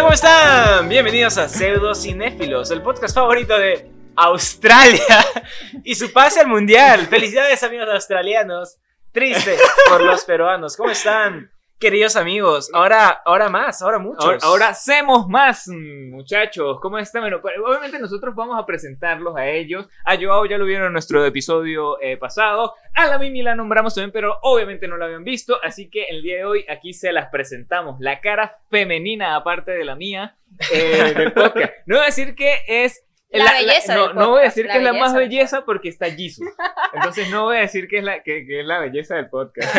¿Cómo están? Bienvenidos a Pseudo Cinéfilos, el podcast favorito de Australia y su pase al mundial. Felicidades, amigos australianos. Triste por los peruanos. ¿Cómo están? Queridos amigos, ahora, ahora más, ahora muchos. Ahora, ahora hacemos más, mm, muchachos. ¿Cómo están? Bueno, pues, obviamente nosotros vamos a presentarlos a ellos. A Joao ya lo vieron en nuestro episodio eh, pasado. A la Mimi la nombramos también, pero obviamente no la habían visto. Así que el día de hoy aquí se las presentamos. La cara femenina, aparte de la mía, eh, del podcast. No voy a decir que es. La belleza no, del no voy a podcast, decir la que es la belleza más del belleza porque está Jesus. Entonces no voy a decir que es la, que, que es la belleza del podcast.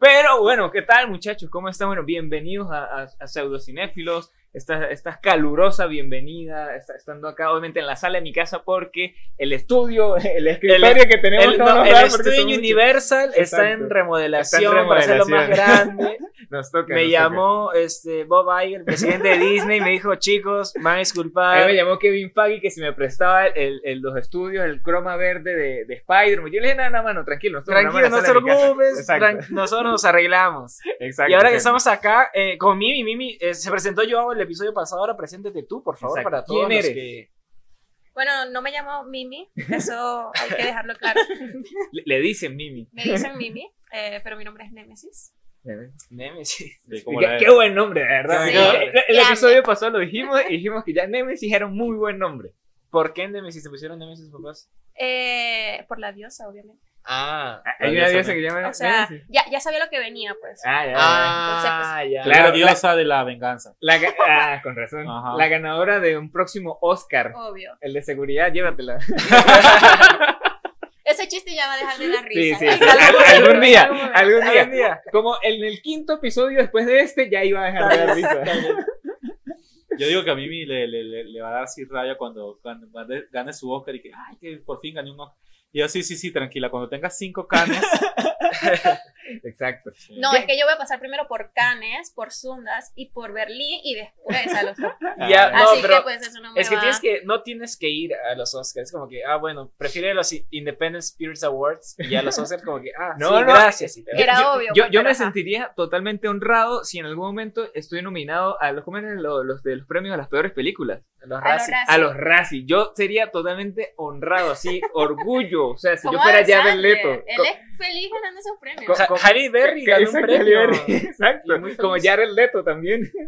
Pero bueno, ¿qué tal muchachos? ¿Cómo están? Bueno, bienvenidos a, a, a Pseudocinéfilos. Esta, esta calurosa bienvenida, esta- estando acá obviamente en la sala de mi casa porque el estudio, el escritorio que tenemos El, no no, nos el da porque estudio son muchos. Universal está Exacto. en remodelación, Está en para hacerlo más remodelación. grande. Nos toca, Me nos llamó este, Bob Iger, el presidente de Disney, y me dijo, ah, chicos, me toca. A mí van a me disculpar. llamó Kevin Faggy que si me prestaba el, el- el- los estudios, el croma verde de, de Spider-Man. Yo le dije, nada, nada, mano, tranquilo. nosotros Tranquilo, no grabamos te en la sala de mi preocupes, casa. Exacto, tran- nosotros nos arreglamos. exacto, y ahora que exacto. estamos acá eh, con Mimi, Mimi, eh, se presentó yo el episodio pasado, ahora preséntete tú, por favor, Exacto. para ¿Quién todos los eres? que- Bueno, no me llamo Mimi, eso hay que dejarlo claro. Le, le dicen Mimi. Me dicen Mimi, eh, pero mi nombre es Némesis. Némesis. Qué, qué buen nombre, de verdad. Sí. Yo- el, el Ya. episodio pasado lo dijimos y dijimos que ya Nemesis era un muy buen nombre. ¿Por qué Némesis? ¿Te pusieron Némesis, papás? Eh, por la diosa, obviamente. Ah, Hay una diosa que llama O sea, Nemesis. ya, ya sabía lo que venía, pues. Ah, ya, ya. Ah, ya. Claro, Claro, la- la diosa de la venganza. La ga- ah, con razón. Ajá. La ganadora de un próximo Oscar. Obvio. El de seguridad, llévatela. Ese chiste ya va a dejar de la Sí, risa. sí. sí. Al- algún día, algún Algún día. día. Como en el quinto episodio después de este, ya iba a dejar de dar risa. Yo digo que a Mimi le, le, le, le va a dar así raya cuando, cuando gane- gane su Oscar y que, ay, que por fin gané un Oscar. Y yo, sí, sí, sí, tranquila, cuando tengas cinco canes. Exacto. No, es que yo voy a pasar primero por Cannes, por Sundas y por Berlín y después a los ah, Ya, no, Así pero que pues eso no me Es que va. tienes que, no tienes que ir a los Oscars, como que, ah, bueno, prefiero los I- Independent Spirits Awards y a los Oscars como que, ah, No, sí, no. gracias. y te- Era yo, obvio, Yo, pues, yo pero me ajá. sentiría totalmente honrado si en algún momento estoy nominado a los, ¿cómo eran los, los de los premios a las peores películas. Los a Razzies. los Razzies. a los Razzie. Yo sería totalmente honrado, así, orgullo. O sea, si yo Como fuera Adam ya del Sandler, Leto. Él Co- es feliz ganando esos premios. Co- co- Halle Berry ganó un Exacto, premio. Exacto. Y muy feliz. Como Jared Leto también.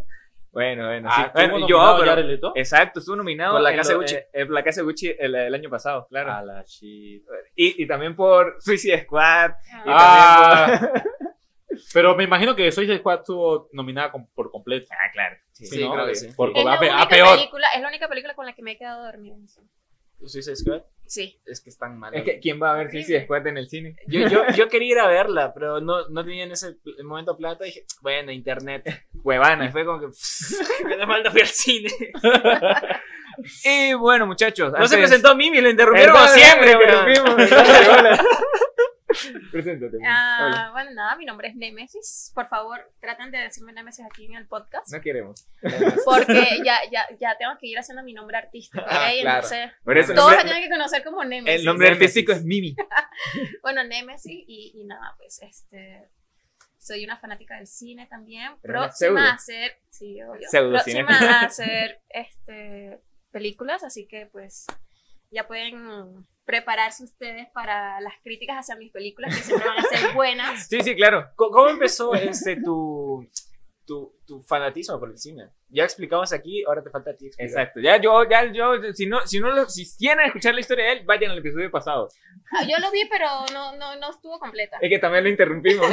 Bueno, bueno, sí. Ah, Bueno, ¿estuvo yo, nominado pero- Jared Leto? Exacto, estuvo nominado Por la en Casa lo- Gucci. eh, eh, la casa Gucci Ah, el, el año pasado, claro. A la shit. Y, y también por Suicide Squad. Y Ah. Ah. Pero me imagino que Soy Squad estuvo nominada com- por completo. Ah, claro. Sí, Sí, ¿no? creo que sí. Por, Es por- la, a, pe- a única peor. película, es la única película con la que me he quedado dormida. Suicide Squad, Sí. es que están mal. Es que, ¿quién va a ver Suicide Squad en el cine? Yo, yo, yo quería ir a verla, pero no, no tenía en ese pl- momento plata. Y dije, bueno, internet. Y Huevana. fue como que. pff, Menos mal no fui al cine. Y bueno, muchachos. No se antes- presentó Mimi, lo interrumpieron como Perdón, siempre, lo weón. interrumpimos, perdón, hola. Preséntate. pues. Ah, hola. bueno, nada, mi nombre es Nemesis. Por favor, traten de decirme Nemesis aquí en el podcast. No queremos. Porque ya, ya, ya tengo que ir haciendo mi nombre artístico. ¿ok? Ah, claro. Entonces, Por eso el todos nombre- me tienen que conocer como Nemesis. el nombre Nemesis. artístico es Mimi. Bueno, Nemesis y, y nada, pues este. Soy una fanática del cine también. Pero no es próxima pseudo. a hacer. Sí, obvio. Pseudocinéfila. Próxima a hacer este, películas, así que pues ya pueden prepararse ustedes para las críticas hacia mis películas que siempre van a ser buenas. Sí, sí, claro. Co- ¿Cómo empezó este, tu, tu, tu fanatismo por el cine? Ya explicamos aquí, ahora te falta a ti explicar. Exacto. Ya yo, ya yo, si no, si no lo- si quieren escuchar la historia de él, vayan al episodio pasado. Ah, Yo lo vi, pero no, no, no estuvo completa. Es que también lo interrumpimos.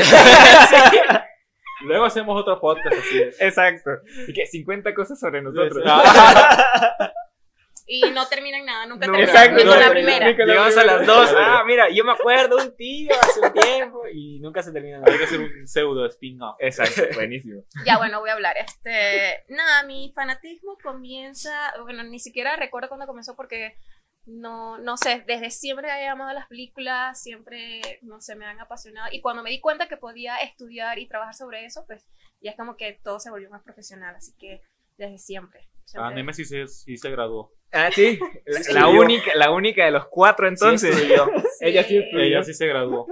Luego hacemos otro podcast así. de- Exacto. Y que 50 cosas sobre nosotros. Ah, Y no termina en nada, nunca No, termina exacto, ni con no, la no, primera. no, no. Llegamos a las dos. Ah, mira, yo me acuerdo un tío hace un tiempo y nunca se termina nada. Hay que hacer un pseudo spin-off. Exacto, buenísimo. Ya, bueno, voy a hablar. Este, nada, mi fanatismo comienza, bueno, ni siquiera recuerdo cuándo comenzó porque no, no sé, desde siempre he amado las películas, siempre, no sé, me han apasionado. Y cuando me di cuenta que podía estudiar y trabajar sobre eso, pues ya es como que todo se volvió más profesional, así que desde siempre. Ah, siempre. Nemesis sí, sí se graduó. Ah, sí. La, estudió. única, la única de los cuatro entonces. Entonces, yo. Sí. ella sí estudió. Ella sí se graduó.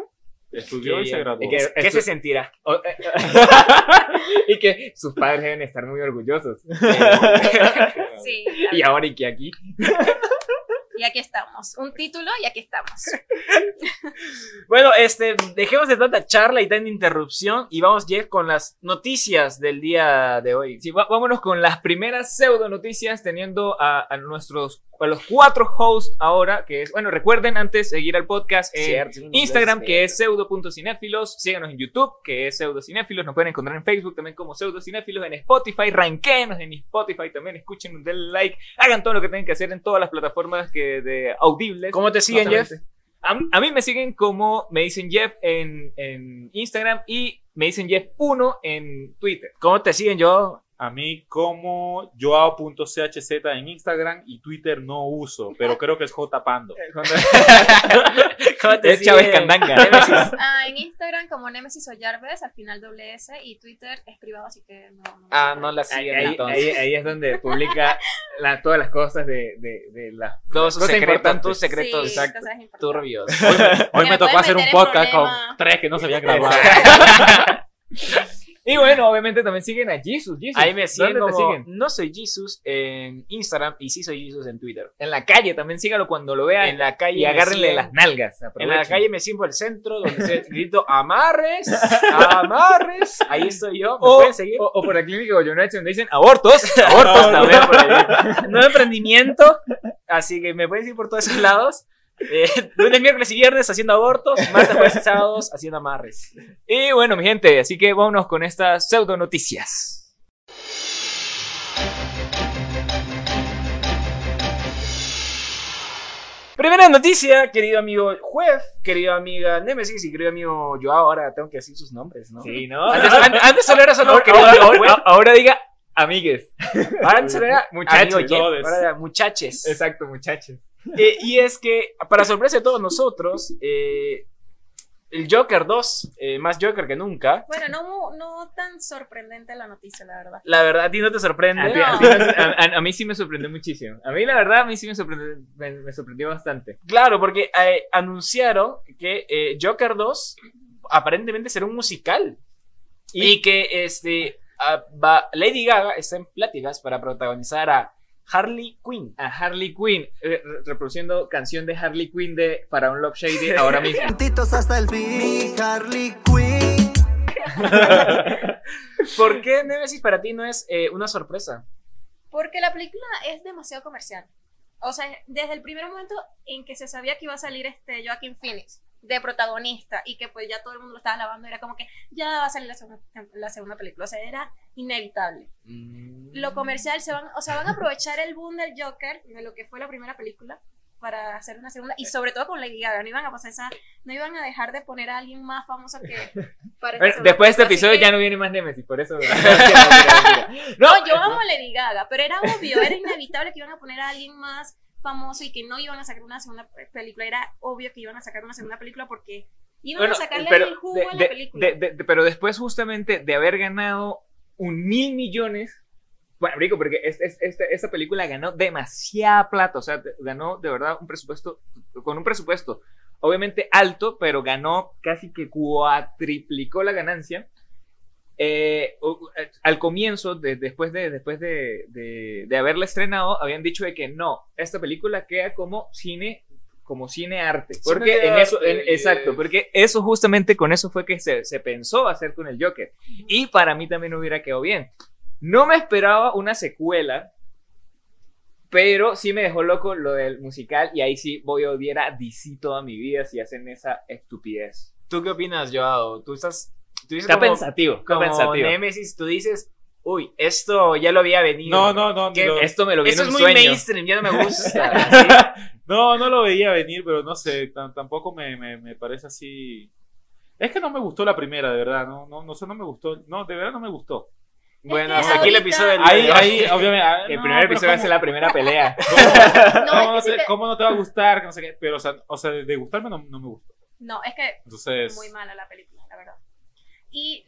Estudió y se graduó. y que- ¿Qué Esto- se sentirá? O- eh, y que sus padres deben estar muy orgullosos. Sí, Y ahora y que aquí. y aquí estamos. Un título y aquí estamos. Bueno, este, dejemos de tanta charla y tanta interrupción y vamos ya con las noticias del día de hoy. Sí, va- vámonos con las primeras pseudo noticias teniendo a, a nuestros a los cuatro hosts ahora que es bueno recuerden antes seguir al podcast eh, en Instagram que es pseudo.cinéfilos, síganos en YouTube que es pseudocinéfilos, nos pueden encontrar en Facebook también como pseudocinéfilos, en Spotify, ranquenos en Spotify también, escuchen, denle like, hagan todo lo que tienen que hacer en todas las plataformas que de audibles. ¿Cómo te siguen, Jeff? A, mí- a mí me siguen como me dicen Jeff en, en Instagram y me dicen Jeff1 en Twitter. ¿Cómo te siguen yo? A mí como joao.chz en Instagram y Twitter no uso, pero creo que es jpando. ¿Cómo te Es Chávez siguen? Candanga. Ah, en Instagram como Nemesis Ollarves, al final doble S, y Twitter es privado, así que no. no Ah, no la Ahí, siguen ahí- entonces. ahí- ahí es donde publica la- todas las cosas de, de, de las Todos sus Cosas secretos, importantes. tus secretos Sí, exacto. cosas importantes. turbios. Hoy Que me me tocó pueden hacer un meter en podcast con problemas. tres que no se habían grabado. Y bueno, obviamente también siguen a Jesus. Jesus. Ahí me siguen ¿Dónde te como siguen? no soy Jesus en Instagram y sí soy Jesus en Twitter. En la calle, también sígalo cuando lo vean. En la calle y me agárrenle siguen- las nalgas. En aprovechen. la calle me siento el centro donde se grito amarres, amarres. Ahí estoy yo. ¿Me O, pueden seguir? o- o por la clínica Goyonache, donde dicen abortos. Abortos No, también por ahí. Nuevo emprendimiento. Así que me pueden seguir por todos esos lados. Eh, lunes, miércoles y viernes haciendo abortos. Martes, jueves y sábados haciendo amarres. Y bueno, mi gente, así que vámonos con estas pseudo noticias. Primera noticia, querido amigo Juef, querido amiga Nemesis y querido amigo Joao. Ahora tengo que decir sus nombres, ¿no? ¿no? Antes, an- antes solo era solo ahora, querido ahora- amigo Juef. ahora- ahora diga amigues. Ahora antes solo era Muchachos, muchachos. Amigo Jeff, todes. ahora era muchaches. Exacto, muchachos. Eh, y es que, para sorpresa de todos nosotros, eh, el Joker 2, eh, más Joker que nunca. Bueno, no, mu- no tan sorprendente la noticia, la verdad. La verdad, a ti no te A, sorprende. ti- a ti no se- a- a- a mí sí me sorprendió muchísimo. A mí, la verdad, a mí sí me sorprendió, me- me sorprendió bastante. Claro, porque eh, anunciaron que eh, Joker 2 aparentemente será un musical. Y, que este, ah, va- Lady Gaga está en pláticas para protagonizar a Harley Quinn. a Harley Quinn, eh, re- reproduciendo canción de Harley Quinn de Para un Love Shady ahora mismo. Juntitos hasta el fin, mi Harley Quinn. ¿Por qué Nemesis para ti no es eh, una sorpresa? Porque la película es demasiado comercial. O sea, desde el primer momento en que se sabía que iba a salir este Joaquin Phoenix de protagonista y que pues ya todo el mundo lo estaba lavando, era como que ya va a salir la segunda, la segunda película. O sea, era inevitable. Mm. Lo comercial, se van, o sea, van a aprovechar el boom del Joker, de lo que fue la primera película, para hacer una segunda. Y sobre todo con Lady Gaga, no iban a pasar esa, no iban a dejar de poner a alguien más famoso que... para esta Bueno, segunda después de este película. Así episodio que- ya no viene más Nemesis, por eso. No, mentira, mentira. No, No, yo amo a Lady Gaga, pero era obvio, era inevitable que iban a poner a alguien más famoso y que no iban a sacar una segunda pe- película. Era obvio que iban a sacar una segunda película porque iban bueno, a sacarle pero el jugo de- a la de- película. de- de- de- pero después, justamente, de haber ganado un mil millones. Bueno, rico, porque es- es- este- esta película ganó demasiada plata. O sea, de- ganó de verdad un presupuesto. Con un presupuesto, obviamente alto, pero ganó casi que cuatriplicó la ganancia. Eh, u- eh, al comienzo, de- después, de, después de, de- de haberla estrenado, habían dicho de que no, esta película queda como cine como cine arte. Porque de en arte, eso, en- yes. exacto, porque eso justamente con eso fue que se, se pensó hacer con el Joker. Y para mí también hubiera quedado bien. No me esperaba una secuela, pero sí me dejó loco lo del musical y ahí sí voy a odiar a DC toda mi vida si hacen esa estupidez. ¿Tú qué opinas, Joao? ¿Tú estás... Tú dices Está como- pensativo, está como pensativo. Nemesis, tú dices, uy, esto ya lo había venido. No, no, no. ¿Qué? lo- Esto me lo vi en Esto un es muy sueño. mainstream, ya no me gusta. No, no lo veía venir, pero no sé, tan- tampoco me, me- me parece así. Es que no me gustó la primera, de verdad, no, no, no sé, no me gustó, no, de verdad no me gustó. bueno, que hasta aquí el ahorita- episodio del Ahí, día de hoy. ahí, obviamente. ah, El no, primer pero episodio ¿cómo? es la primera pelea. no, ¿Cómo, es que no sí te, te- cómo no te va a gustar? Que no sé qué, pero, o sea, o sea, de gustarme no, no me gustó. no, es que Entonces. muy mala la película, la verdad. Y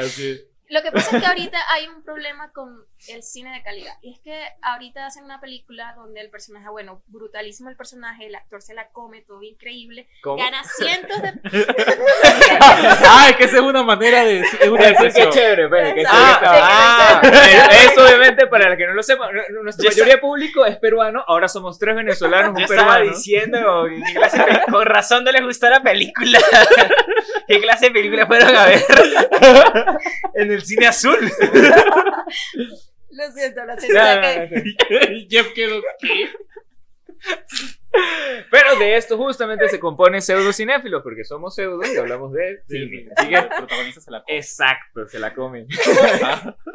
así. lo que pasa es que ahorita hay un problema con el cine de calidad. Y es que ahorita hacen una película donde el personaje, bueno, brutalísimo el personaje, el actor se la come, todo increíble, ¿Cómo? gana cientos de... ah, es que esa es una manera de decir. Es una Decir que excepción. es chévere, pues, que es Exacto. chévere. Ah, Sí, Pero Eso obviamente, para el que no lo sepa, n- n- nuestra Ya mayoría de público es peruano, ahora somos tres venezolanos, Yo un estaba peruano. diciendo ¿qué clase de pe- con razón no les gustó la película. ¿Qué clase de película fueron a ver? En el cine azul. Lo siento, lo siento. o No, sea no, que- no, no. Jeff quedó. Pero de esto justamente se compone pseudocinéfilos, porque somos pseudos y hablamos de Sí, cine. sí, el protagonista se la come. Exacto, se la comen.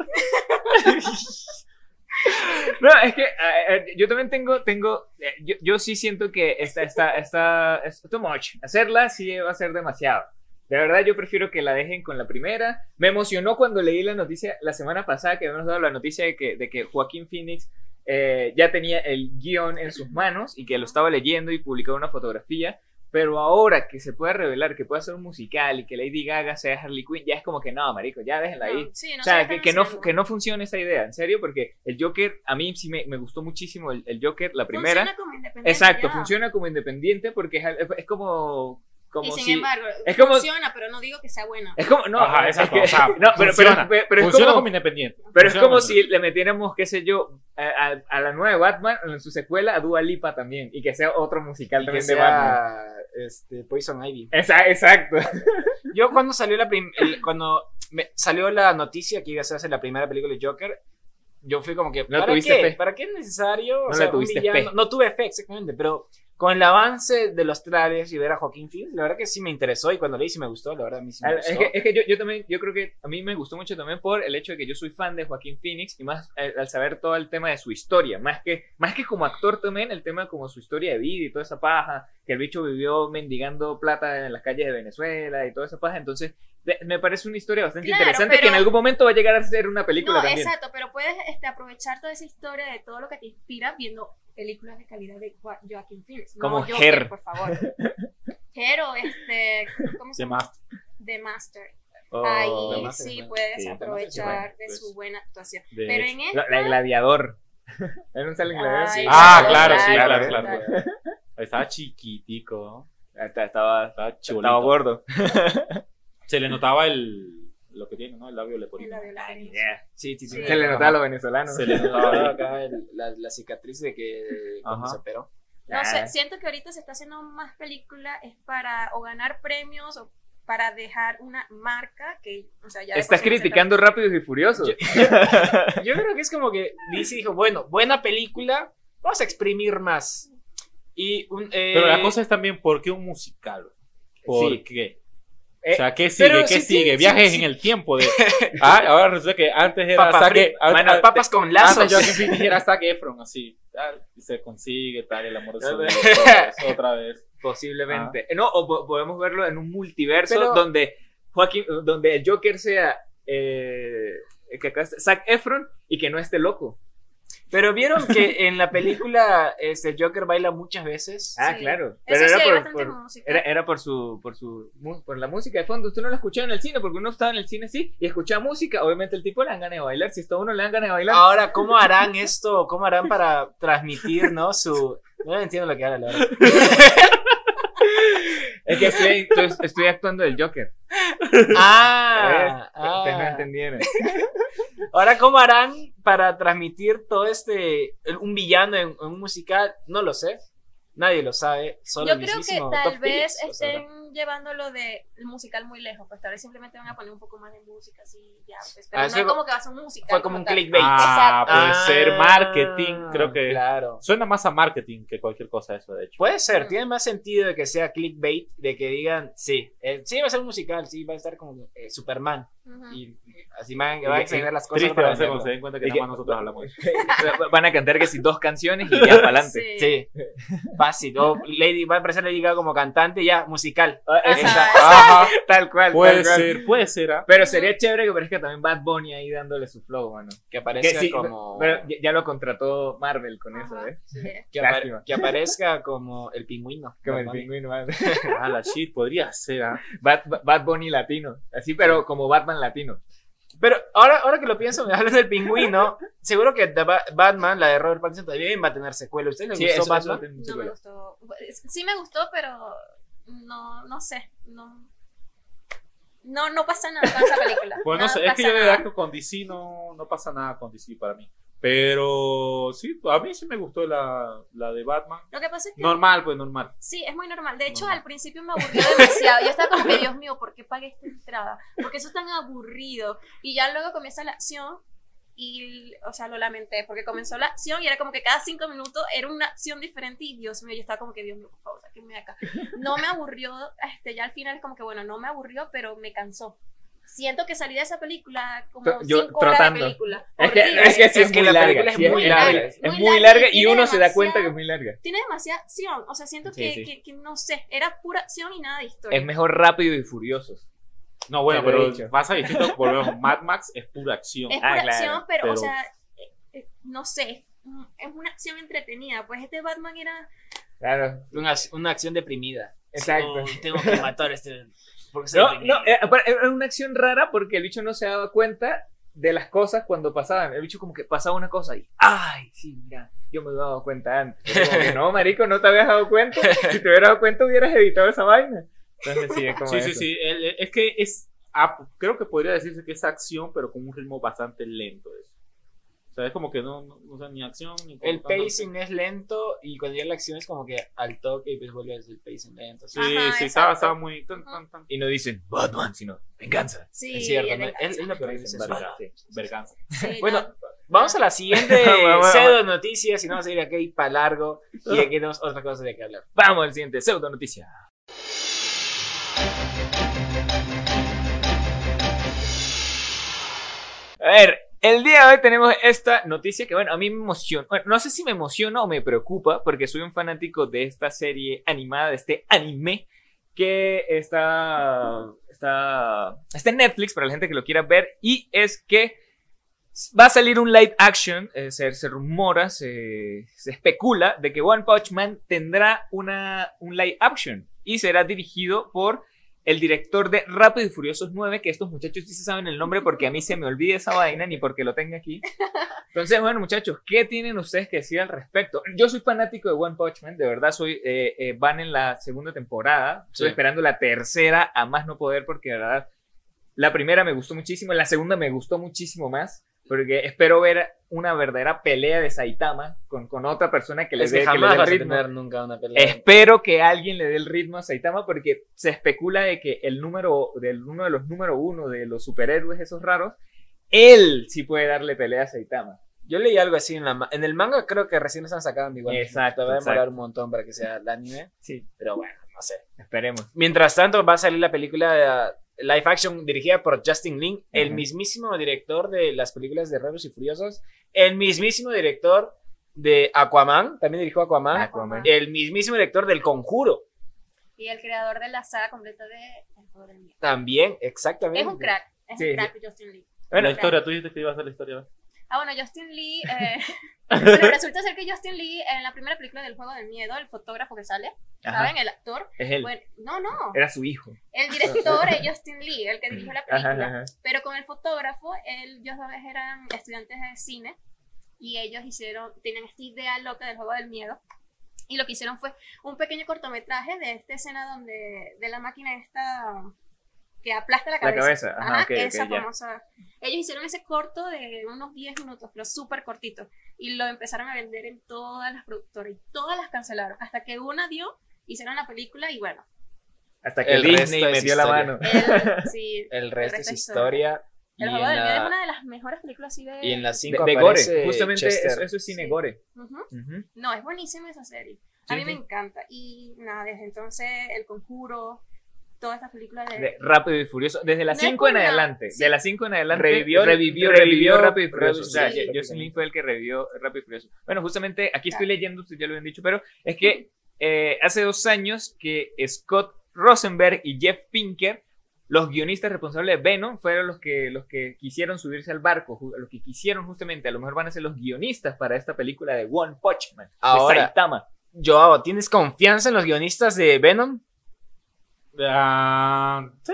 No, es que eh, eh, yo también tengo, tengo, eh, yo, yo sí siento que esta, esta, esta, es too much. Hacerla sí va a ser demasiado. De verdad, yo prefiero que la dejen con la primera. Me emocionó cuando leí la noticia la semana pasada que habíamos dado la noticia de que, de que Joaquín Phoenix eh, ya tenía el guión en sus manos y que lo estaba leyendo y publicaba una fotografía. Pero ahora que se puede revelar que puede ser un musical y que Lady Gaga sea Harley Quinn, ya es como que no, marico, ya déjenla ahí. no, sí, no O sé sea, qué que, que, están no, haciendo. que no funcione esa idea, en serio, porque el Joker, a mí sí me, me gustó muchísimo el, el Joker, la primera. Funciona como independiente, Exacto, ya. funciona como independiente porque es, al- es como... como Y sin si- embargo, es como- funciona, pero no digo que sea buena. es como, no, Ajá, es exacto, que- o sea, no, pero, funciona. pero- pero es Funciona como, como independiente. pero es como Funciona. si le metiéramos, qué sé yo, a, a- a la nueva Batman, en su secuela, a Dua Lipa también, y que sea otro musical también de Batman. este, Poison Ivy. Esa- exacto. Yo cuando salió la prim- el- cuando me- salió la noticia que iba a hacerse la primera película de Joker, yo fui como que No ¿para tuviste fe. qué? ¿Para qué es necesario? No O le sea, un tuviste villano- fe. No tuve fe exactamente, pero con el avance de los trailers y ver a Joaquín Phoenix, la verdad que sí me interesó y cuando leí sí me gustó, la verdad a mí sí me Al- Ah, gustó. Es que, es que yo, yo también, yo creo que a mí me gustó mucho también por el hecho de que yo soy fan de Joaquín Phoenix y más eh, al, al saber todo el tema de su historia, más que, más que como actor también, el tema como su historia de vida y toda esa paja, que el bicho vivió mendigando plata en las calles de Venezuela y toda esa paja, entonces de- me parece una historia bastante Claro, interesante que pero- en algún momento va a llegar a ser una película No, también. exacto, pero puedes este, aprovechar toda esa historia de todo lo que te inspira viendo películas de calidad de Jo- Joaquin Phoenix. No Como Joker, Her. por favor. Her o este, ¿cómo se De llama? más. The Master. O- Ahí Master es sí buena. puedes Sí, The Oh, Master es aprovechar buena, de su pues. buena actuación. De Pero hecho. en la, esta... la gladiador. ¿Era un sale gladiador? Ay, Sí. Ah, Gladiador, claro, sí, claro, claro, claro. claro. Estaba chiquitico, ¿no? Hasta- Estaba, Estaba estaba chibolito. gordo. Se le notaba el lo que tiene, ¿no? El labio leporino. este, en la de la- eh, Sí, sí, sí. Sí. Se le notaba a los venezolanos. Se le Estaba notaba. acá el- la, la cicatriz de que cuando Ajá. se operó. No Ah. sé, siento que ahorita se está haciendo más película es para o ganar premios o para dejar una marca que, o sea, ya de Estás por sí se criticando Rápidos y Furiosos. Yo creo que es como que DC dijo, bueno, buena película, vamos a exprimir más. Y un, eh, Pero la cosa es también, ¿por qué un musical? ¿Por Sí. qué? Eh, o sea, ¿qué sigue? pero ¿Qué sí, sí, sigue? sí, Viajes sí. en el tiempo de... Ah, ahora resulta que antes era... Papa saque, fri- Mano, papas con lazos. Antes Joaquin Phoenix era Zac Efron, así. tal, y se consigue, tal, el amor de su vida, todo eso, otra vez. Posiblemente. Ah. No, o po- podemos verlo en un multiverso Pero- donde Joaquín, donde el Joker sea eh, que acá está- Zac Efron y que no esté loco. Pero vieron que en la película este, el Joker baila muchas veces. Ah, Sí. claro. Eso sí, hay era, por, bastante por- música. era- era por su por su mu- por la música de fondo. Usted no la escuchaba en el cine porque uno estaba en el cine sí y escuchaba música. Obviamente el tipo le dan ganas de bailar. Si está uno le dan ganas de bailar. Ah. Ahora, ¿cómo harán esto? ¿Cómo harán para transmitir, no? Su. No entiendo lo que habla, la verdad. Es que estoy, estoy, estoy actuando del Joker. Ah, Ah. Ustedes no ah. entendieron. Ahora, ¿cómo harán para transmitir todo este. el- un villano en, en un musical? No lo sé. Nadie lo sabe. Solo Yo el creo que mismísimo tal Todd vez este Phillips lo sabrá. estén llevándolo de el musical muy lejos, pues tal vez simplemente van a poner un poco más de música así ya, pues, pero Ah, no eso es fue- como que va a ser un musical. Fue como un tal. clickbait. Ah, puede Ah, ser marketing, creo que... Claro. Suena más a marketing que cualquier cosa eso, de hecho. Puede Mm. ser, tiene más sentido de que sea clickbait, de que digan, sí, eh, sí va a ser un musical, sí va a estar como eh, Superman. Ujú. Y así van, van a exagerar las cosas. Triste para va a ser cuando se venderlo. den cuenta que Y nada que- más nosotros hablamos. de eso. Van a cantar que si dos canciones y ya para adelante. Sí. Sí, fácil. O Lady, va a aparecer Lady Gaga como cantante, ya, musical. Ah, Ajá. Esa- Ajá, Tal cual. puede tal cual. ser, puede ser. ¿ah? Pero sería chévere que parezca también Bad Bunny ahí dándole su flow, mano. que aparezca sí, como. Pero ya, ya lo contrató Marvel con eso, Ajá, ¿eh? sí. que, apa- lástima. que aparezca como el pingüino. Como el Batman. pingüino. man. Ah, la shit, podría ser. ¿ah? Bad, Bad Bunny latino. Así, pero como Batman latino. Pero ahora, ahora que lo pienso, me hablan del pingüino. Seguro que The Ba- Batman, la de Robert Pattinson, también va a tener secuela. ¿Usted le Sí, gustó eso- eso Batman? tiene mucho No me valor. gustó. Sí me gustó, pero no, no sé. No, no, no pasa nada con esa película. Bueno, no Pues no sé, es pasa que yo de nada. verdad que con DC no, no pasa nada con DC para mí. Pero sí, a mí sí me gustó la, la de Batman. Lo que pasa es que Normal, pues normal. sí, es muy normal. De hecho, Normal. al principio me aburrió demasiado. Yo estaba como que, Dios mío, ¿por qué pagué esta entrada? Porque eso es tan aburrido. Y ya luego comienza la acción y, o sea, lo lamenté porque comenzó la acción y era como que cada cinco minutos era una acción diferente y Dios mío, yo estaba como que, Dios mío, por favor, sáquenme de acá. No me aburrió, este, ya al final es como que, bueno, no me aburrió, pero me cansó. Siento que salí de esa película como Tr- yo cinco horas tratando. de película. Es que, Horrible. es que sí Es es, que muy la película larga. es sí, es muy muy larga. larga. Es Muy muy larga y larga y tiene uno se da demasiado- cuenta que es muy larga. tiene demasiada acción. O sea, siento Sí, que, sí. que- que no sé, era pura acción y nada de historia. Es mejor rápido y furiosos. No, bueno, Te lo he dicho. pero pasa distinto. Volvemos. Mad Max es pura acción. Es Ah, pura claro, acción, pero, o pero- sea, eh, eh, no sé. mm, Es una acción entretenida. Pues este Batman era. Claro. Una, una acción deprimida. Exacto. Oh, tengo que matar a este. Porque soy No, deprimido. no, eh, apar- era una acción rara porque el bicho no se daba cuenta de las cosas cuando pasaban. El bicho como que pasaba una cosa y, ay, sí, mira, yo me había dado cuenta antes. Era como que, no, marico, no te habías dado cuenta. Si te hubieras dado cuenta hubieras evitado esa vaina. Entonces sí, es como Sí, sí, eso. sí. el- el- es que es. ah, creo que podría decirse que es acción, pero con un ritmo bastante lento. eso. O sea, es como que no, no, o sea, ni acción ni. El no- pacing es lento y cuando llega la acción es como que al toque y pues vuelve a hacer el pacing lento. Sí, Ajá, sí, exacto. estaba, estaba muy. tan, tan, tan, Y no dicen Batman, sino venganza. Sí, es cierto, era- ¿no? es, es lo que Dicen dice verga, Batman. sí. verganza. sí, Bueno, no. vamos a la siguiente Bueno, bueno, pseudo noticias y no vamos a ir aquí para largo y aquí tenemos otra cosa de que hablar. Vamos al siguiente, pseudo noticia. A ver, el día de hoy tenemos esta noticia que, bueno, a mí me emociona. Bueno, no sé si me emociona o me preocupa porque soy un fanático de esta serie animada, de este anime que está, está, está en Netflix para la gente que lo quiera ver y es que va a salir un live action, eh, se, se rumora, se, se especula de que One Punch Man tendrá una, un live action y será dirigido por el director de Rápido y Furiosos 9, que estos muchachos sí se saben el nombre porque a mí se me olvida esa vaina ni porque lo tenga aquí. Entonces, bueno, muchachos, ¿qué tienen ustedes que decir al respecto? Yo soy fanático de One Punch Man, de verdad, soy, eh, eh, van en la segunda temporada, estoy Sí. esperando la tercera a más no poder porque, de verdad, la primera me gustó muchísimo, la segunda me gustó muchísimo más, porque espero ver una verdadera pelea de Saitama con, con otra persona que le Es que dé que le jamás dé el vas a ritmo. tener nunca una pelea. Espero que alguien le dé el ritmo a Saitama porque se especula de que el número del uno de los número uno de los superhéroes esos raros, él sí puede darle pelea a Saitama. Yo leí algo así en la ma- en el manga creo que recién están sacando igual. Exacto, va a demorar exacto. un montón para que sea el anime, Sí, pero bueno, no sé. esperemos. Mientras tanto va a salir la película de, uh, live action dirigida por Justin Lin, el Ujú. mismísimo director de las películas de Rápidos y Furiosos, el mismísimo director de Aquaman, también dirigió Aquaman, Aquaman. el mismísimo director del Conjuro, Y el creador de la saga completa de El Juego del Miedo. también, exactamente. Es un crack. Es Sí, un crack Justin Lee. Bueno, la historia, tú dijiste que iba a ser la historia. Ah, bueno, Justin Lee. eh, pero resulta ser que Justin Lee, en la primera película del Juego del Miedo, el fotógrafo que sale, Ajá, ¿saben? El actor. es él. Bueno, no, no. Era su hijo. El director es Justin Lee, el que dirigió la Ajá, película. ajá. Pero con el fotógrafo, él, ellos dos eran estudiantes de cine y ellos hicieron, tenían esta idea loca del juego del miedo. Y lo que hicieron fue un pequeño cortometraje de esta escena donde, de la máquina esta que aplasta la La cabeza. cabeza. Ajá, Ajá, ok, ok, Ah, esa ya. famosa. Ellos hicieron ese corto de unos 10 minutos, pero súper cortito. Y lo empezaron a vender en todas las productoras y todas las cancelaron. Hasta que una dio, hicieron la película y bueno. Hasta que El Disney resto es metió la historia. mano. él- sí, El resto es resto es historia. Y el en, juego del miedo es la, una de las mejores películas así de. y en la De, 5 de aparece gore. Justamente Chester. eso, eso es cine Sí. gore. Ujú. Ujú. No, es buenísima esa serie. Sí, A mí me sí. encanta. Y nada, desde entonces El Conjuro, todas estas películas de... De Rápido y Furioso. Desde las No es 5 en buena, adelante. sí. De las 5 en adelante. Revivió- revivió, revivió revivió Rápido y Furioso. Rápido y O sea, Furioso, yo- Justin Lin fue el que revivió Rápido y Furioso. Bueno, justamente aquí estoy Claro. leyendo, ustedes ya lo habían dicho, pero es que eh, hace dos años que Scott Rosenberg y Jeff Pinker, los guionistas responsables de Venom, fueron los que, los que quisieron subirse al barco, ju- los que quisieron justamente, a lo mejor van a ser los guionistas para esta película de One Punch Man, de Ahora. Saitama. Joao, ¿tienes confianza en los guionistas de Venom? Ah, sí.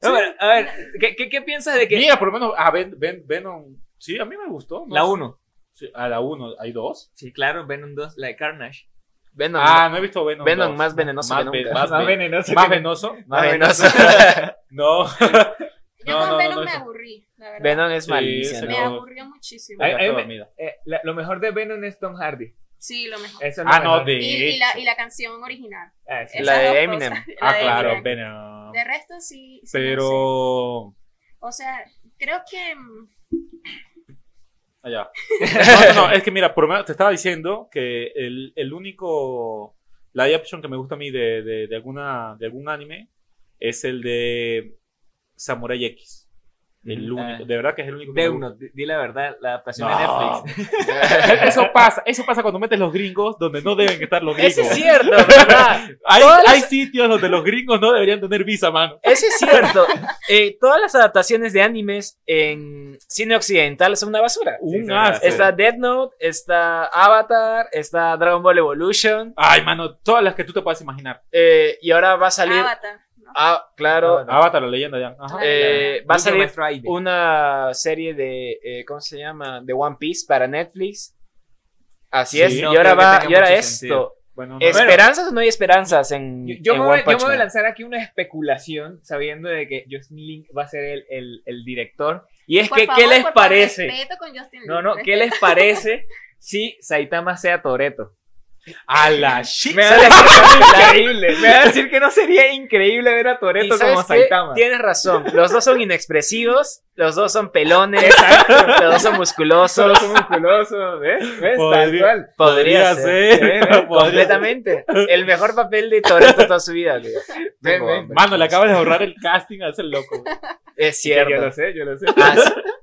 No, pero, a ver, ¿qué, qué, qué piensas de que Mira, por lo menos a Ven- Ven- Venom. Sí, a mí me gustó. no la sé. 1? Sí, a la 1, ¿hay dos? Sí, claro, Venom 2, la de Carnage. Venom. ah, no he visto Venom. Venom dos. más venenoso Más, que ve- nunca. más, Ah, ve- venenosa. más venoso. más no, venenoso. No. Yo No, con no, no, Venom no, me eso. aburrí, la verdad. Venom es Sí, malicia, se ¿no? me no. aburrió muchísimo. Ay, ay, Está me- dormida. Eh, la- lo mejor de Venom es Tom Hardy. Sí, lo mejor. Eso es lo Ah, no, mejor. de Y, y hecho. la, y la canción original. Ah, sí. La Esas de dos Eminem. cosas. La Ah, de claro, Eminem. Venom. De resto, sí. sí, no sé. Pero. O sea, creo que. mm, Allá. Ah, No, no, no, es que mira, por lo menos te estaba diciendo que el, el único live action que me gusta a mí de, de, de alguna, de algún anime es el de Samurai X. El Ujú. único, Ah. de verdad que es el único que De me uno, di, di la verdad, la adaptación de No. Netflix. gusta. Eso pasa, eso pasa cuando metes los gringos donde no deben estar los gringos. Eso es cierto, ¿verdad? Hay, Todas hay las- sitios donde los gringos no deberían tener visa, mano. Eso es cierto. Eh, todas las adaptaciones de animes en cine occidental son una basura. Un sí, asco. sí. Está Death Note, está Avatar, está Dragon Ball Evolution, Ay, mano, todas las que tú te puedas imaginar. eh, y ahora va a salir... Avatar. ¿no? Ah, claro. Avatar, la leyenda ya. Ajá. eh, va Último a salir Maestro Aiden. una serie de, eh, ¿cómo se llama? De One Piece para Netflix. Así Sí, es. no y ahora creo que va, tenga y ahora mucho esto. sentido. Bueno, no. ¿Esperanzas o no hay esperanzas en, Yo, yo en me One voy, yo Punch me voy a Man? lanzar aquí una especulación sabiendo de que Justin Lin va a ser el, el- el director. Y es Por que, ¿qué favor, les por favor, parece? respeto con Justin No, no, Bieber. ¿qué les parece si Saitama sea Toreto? A la shit. Me va a decir que no es increíble. Me va a decir que no sería increíble ver a Y Toreto ¿sabes como qué? Saitama. Tienes razón. Los dos son inexpresivos, los dos son pelones, los dos son Solo musculosos. son musculosos, ¿ves? ¿Ves? Tal Podría- cual. Podría, Podría ser. ser. Eh, eh, podría Completamente. El mejor papel de Toreto toda su vida, tío. Ven, Tengo ven. hambre. Mano, le acabas de ahorrar el casting a ese loco. Es Que Yo lo cierto. sé, yo lo sé. Ah,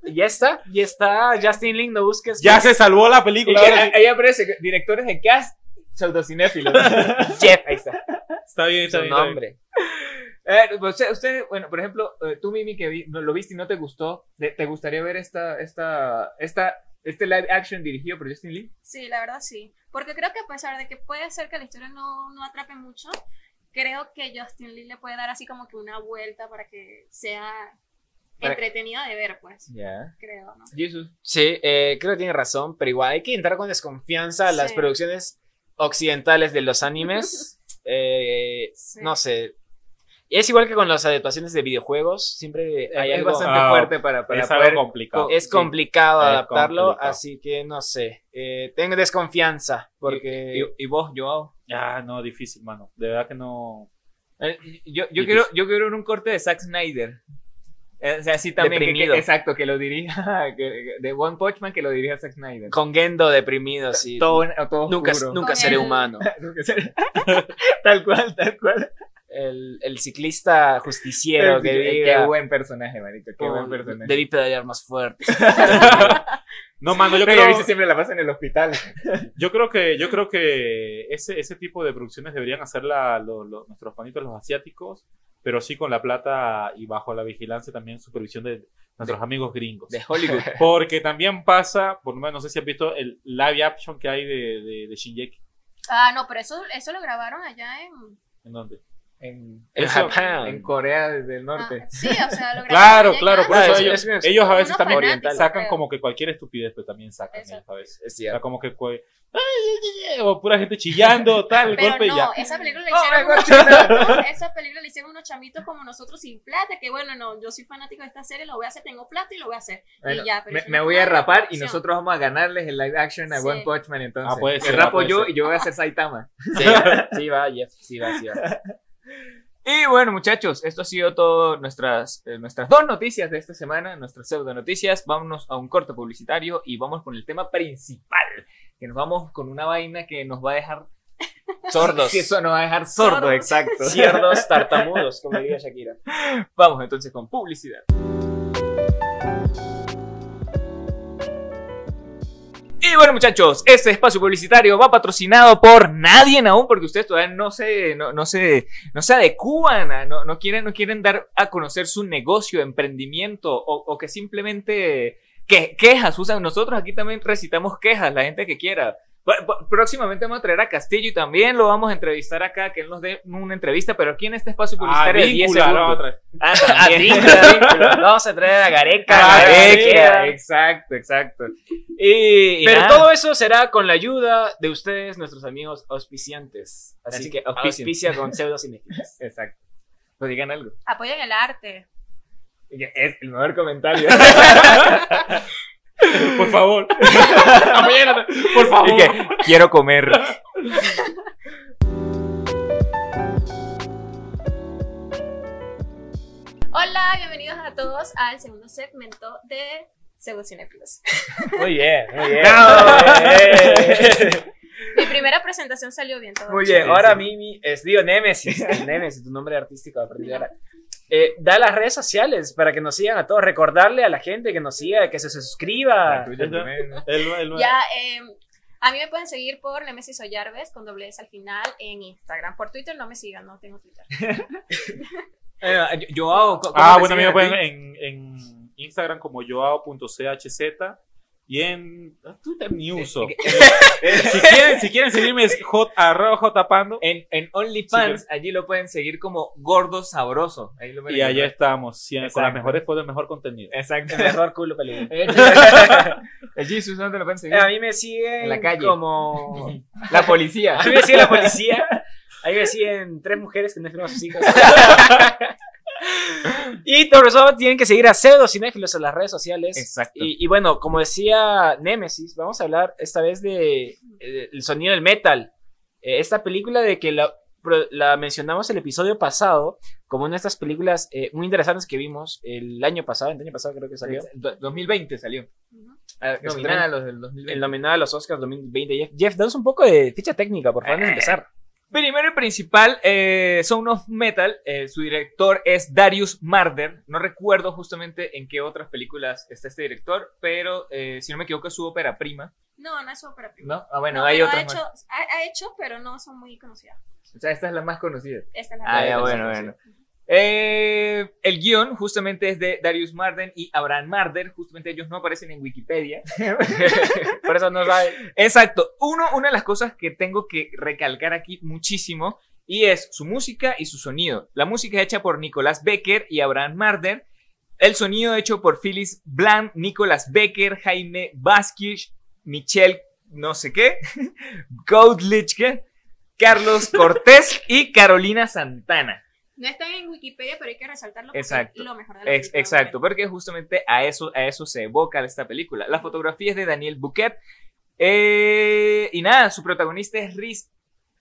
sí. ya está, ya está. Justin Lin, no busques. Ya más. se salvó la Y película. que ahora sí. a- ahí aparece que- directores de cast pseudocinéfilos. Jeff, ahí está. Está bien, está Su bien. está bien. nombre. Eh, usted, usted, bueno, por ejemplo, eh, tú, Mimi, que vi- no- lo viste y no te gustó, ¿te, te gustaría ver esta, esta, esta, este live action dirigido por Justin Lee? Sí, la verdad sí. Porque creo que a pesar de que puede ser que la historia no, no atrape mucho, creo que Justin Lee le puede dar así como que una vuelta para que sea Para- entretenida de ver, pues, Ya. creo, ¿no? Jesus. Sí, eh, creo que tiene razón, pero igual hay que entrar con desconfianza a las Sí. producciones occidentales de los animes. Eh, Sí. no sé. Es igual que con las adaptaciones de videojuegos, siempre hay es algo. bastante Ah, fuerte para, para Es poder- algo complicado. Es sí. complicado Es adaptarlo, complicado. así que no sé. Eh, tengo desconfianza porque Eh, Y, y vos, Joao. Ah, no, difícil, mano. De verdad que no. Eh, Yo, yo, Difícil. quiero, pues yo quiero ver un corte de Zack Snyder. Eh, O sea, sí, también. que- que- Deprimido. exacto, que lo dirija. que- que- de One Punch Man, que lo dirija Zack Snyder. con Gendo deprimido, sí. Todo, todo nunca oscuro. nunca Con seré el- humano. tal cual, tal cual. El, el ciclista justiciero que Qué- diga, Qué buen personaje, marico. Qué buen "Oh, personaje. Debí pedalear más fuerte. No, mano, yo No, y a creo, veces siempre la pasa en el hospital. yo creo que, yo creo que ese, ese tipo de producciones deberían hacerla lo- lo- nuestros panitos, los asiáticos, pero sí con la plata y bajo la vigilancia también supervisión de nuestros amigos gringos. De Hollywood. Porque también pasa, por lo menos no sé si has visto el live action que hay de, de, de Shinjeki. Ah, no, pero eso, eso lo grabaron allá en... ¿En dónde? En, En Eso- Japón. en Corea del ah, norte. sí, o sea, lo grabaron Claro, allá en claro, por Ah, Asia. eso es- ellos, es bien- ellos a veces Unos también fanáticos, sacan creo. como que cualquier estupidez, pero también sacan Eso. ellos a veces. Es Era cierto. como que fue, o pura gente chillando, tal, Pero golpe y no, ya. esa película le Oh, hicieron me unos- no, esa película le hicieron unos chamitos como nosotros sin plata, que bueno, no, yo soy fanático de esta serie, lo voy a hacer, tengo plata y lo voy a hacer. Bueno, ya, pero me, eso me no voy fue a una rapar y producción. nosotros vamos a ganarles el live action a Sí. One Punch Man entonces. Ah, puede ser, Me rapo puede yo ser. y yo voy a ser Saitama. Sí, sí va, Jeff, sí va, sí va. Y bueno, muchachos, esto ha sido todo nuestras, eh, nuestras dos noticias de esta semana, nuestras pseudo noticias. Vámonos a un corte publicitario y vamos con el tema principal. Que nos vamos con una vaina que nos va a dejar Sordos. Que eso nos va a dejar sordos, Sordos. exacto. Cierdos tartamudos, como diría Shakira. Vamos entonces con publicidad. Y bueno muchachos, este espacio publicitario va patrocinado por nadie en aún porque ustedes todavía no se, no, no se, no se adecúan, a- no, no, quieren, no quieren dar a conocer su negocio, emprendimiento o, o que simplemente que, quejas usan. Nosotros aquí también recitamos quejas, la gente que quiera. P- p- Próximamente vamos a traer a Castillo y también lo vamos a entrevistar acá, que él nos dé una entrevista, pero aquí en este espacio Ah, publicitario de 10 Víncula, la segundos. otra. Ah, también. Lo Vamos a traer a Gareca. Ah, Gareca. Gareca, Exacto, exacto. Y, y Pero nada. todo eso será con la ayuda de ustedes, nuestros amigos auspiciantes. Así, Así que que auspicia, auspicien. con pseudocinéfilos. Exacto. Pues digan algo. Apoyen el arte. Es el mejor comentario. Por favor. Apóyalo, Por favor. Y que, quiero comer. Hola, bienvenidos a todos al segundo segmento de Según Cinefilos. Muy bien, muy bien. Mi primera presentación salió bien todo. Muy bien, Sí, ahora sí. Mimi es digo Nemesis, el Nemesis, tu nombre artístico aprendí ahora. Eh, da las redes sociales para que nos sigan a todos, recordarle a la gente que nos siga, que se suscriba. El, el- Ya, eh, a mí me pueden seguir por Nemesis Ollarves con doble S al final en Instagram. Por Twitter no me sigan, no tengo Twitter. Eh, yo- yo hago. ¿cómo Ah, te bueno, a mí me siguen pueden a ti? en, en Instagram como joao.chz y en ah, Twitter Eh, ni uso. si, quieren, si quieren seguirme es j, arroba jpando En, en OnlyFans, allí lo pueden seguir como gordo sabroso. Ahí lo pueden y allá encontrar. estamos, sí, con las Exacto. mejores fotos, el mejor contenido. Exacto. El mejor culo peludo. Eh, El Jesus, ¿dónde lo pueden Eh, seguir? A mí me siguen En la calle. como... La policía. A mí me sigue la policía. A mí me siguen tres mujeres que no firman a sus hijos. y por eso tienen que seguir a pseudo cinéfilos en las redes sociales. Exacto. Y, y bueno, como decía Nemesis, vamos a hablar esta vez de eh, el sonido del metal. Eh, esta película de que la, pro- la mencionamos el episodio pasado como una de estas películas eh, muy interesantes que vimos el año pasado, el año pasado creo que salió. Do- 2020 salió. Ujú. Ah, No, Nominada a los del 2020. El nominado a los Oscars 2020. Jeff, Jeff, danos un poco de ficha técnica, por favor, antes de empezar. Primero y principal, eh, Sound of Metal, eh, su director es Darius Marder. No recuerdo justamente en qué otras películas está este director, pero eh, si no me equivoco es su ópera prima, No, no es ópera prima. ¿no? Ah, bueno, No, hay pero otras ha hecho, más. ha, ha hecho, pero no son muy conocidas. O sea, esta es la más conocida. Esta es la Ah, que- ya, bueno, bueno. Eh, el guión justamente es de Darius Marden y Abraham Marder, justamente ellos no aparecen en Wikipedia. Por eso no sabe. Exacto, Uno, una de las cosas que tengo que recalcar aquí muchísimo y es su música y su sonido. La música es hecha por Nicolás Becker y Abraham Marder, el sonido hecho por Phyllis Blam, Nicolás Becker, Jaime Vasquez, Michelle no sé qué, Goldlichke, Carlos Cortés y Carolina Santana. No están en Wikipedia, pero hay que resaltarlo. Exacto. Exacto. Lo mejor de la Ex- película, exacto, porque justamente a eso, a eso se evoca esta película. La fotografía es de Daniel Bouquet. eh, y nada, su protagonista es Riz,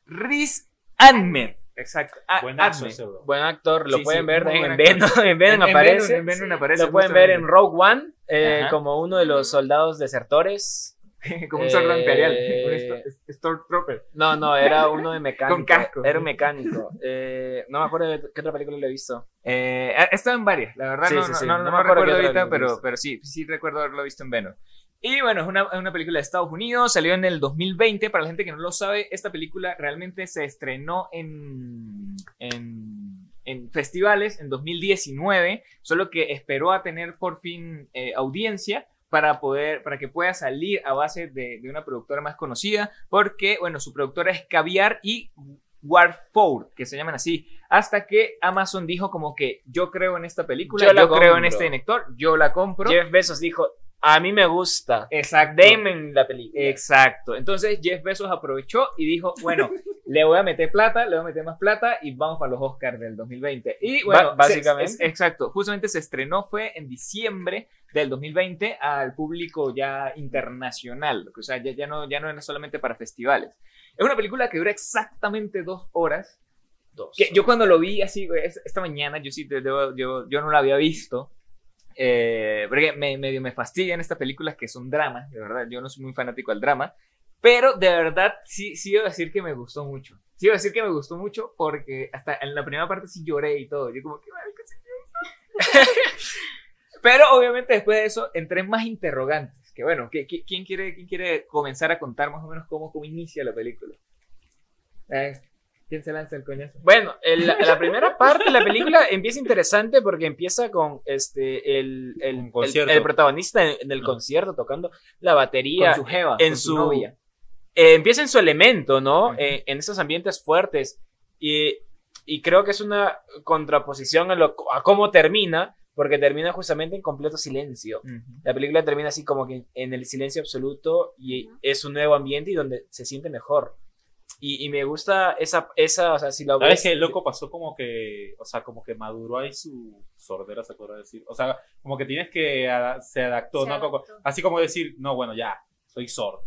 Riz Ahmed. Exacto. a- Buenazo Ahmed. ese, bro. Buen actor, lo Sí, pueden sí, ver muy en buen Venom, en Venom En- en aparece. Venom, en Venom aparece lo pueden ver en justamente. Rogue One eh, Ajá. como uno de los soldados desertores. Como un soldado imperial. Eh, Un sto- Stormtrooper. No, no, era uno de mecánico. Con casco. Era un mecánico. Eh, no me acuerdo de qué otra película lo he visto. Eh, ha estado en varias, la verdad Sí, no, sí, no- sí, no- no no me me acuerdo recuerdo qué ahorita, otra haberlo pero, visto. pero sí, sí recuerdo haberlo visto en Venom. Y bueno, es una, es una película de Estados Unidos, salió en el 2020, para la gente que no lo sabe, esta película realmente se estrenó en, en, en festivales en 2019, solo que esperó a tener por fin eh, audiencia para poder para que pueda salir a base de, de una productora más conocida porque bueno su productora es Caviar y Warford que se llaman así hasta que Amazon dijo como que yo creo en esta película Yo yo, la creo en compro. este director yo la compro Jeff Bezos dijo, a mí me gusta. exacto Denme la eh, película. exacto entonces Jeff Bezos aprovechó y dijo bueno le voy a meter plata le voy a meter más plata y vamos para los Oscars del 2020 y bueno Ba- básicamente. se- es- exacto justamente se estrenó fue en diciembre del 2020 al público ya internacional, o sea, ya, ya, no, ya no era solamente para festivales. Es una película que dura exactamente dos horas, Dos. que yo cuando lo vi así, güey, es- esta mañana, yo sí, te debo- yo, yo no la había visto, eh, porque me, medio me fastidian estas películas que son dramas, de verdad, yo no soy muy fanático al drama, pero de verdad sí, sí debo decir que me gustó mucho. Sí debo decir que me gustó mucho porque hasta en la primera parte sí lloré y todo, yo como que... "Marica, sí lloré". Pero obviamente después de eso entré en más interrogantes. Que bueno, ¿qué- qué- quién, quiere, ¿quién quiere comenzar a contar más o menos cómo, cómo inicia la película? Eh, ¿Quién se lanza el coñazo? Bueno, el- la, la primera parte de la película empieza interesante porque empieza con este el, el- Un el- concierto. el protagonista en, en el concierto tocando la batería con su jeva, en con su, su- novia. eh, empieza en su elemento, ¿no? Eh, en esos ambientes fuertes. Y, y creo que es una contraposición a, lo, a cómo termina, porque termina justamente en completo silencio. La película termina así como que en el silencio absoluto y es un nuevo ambiente y donde se siente mejor. Y, y me gusta esa, esa, o sea, si la ¿Sabes que el loco pasó como que, o sea, como que maduró ahí su sordera, se podrá decir? O sea, como que tienes que, ada- se adaptó, Se ¿no? Como- adaptó. así como decir, no, bueno, ya, soy sordo.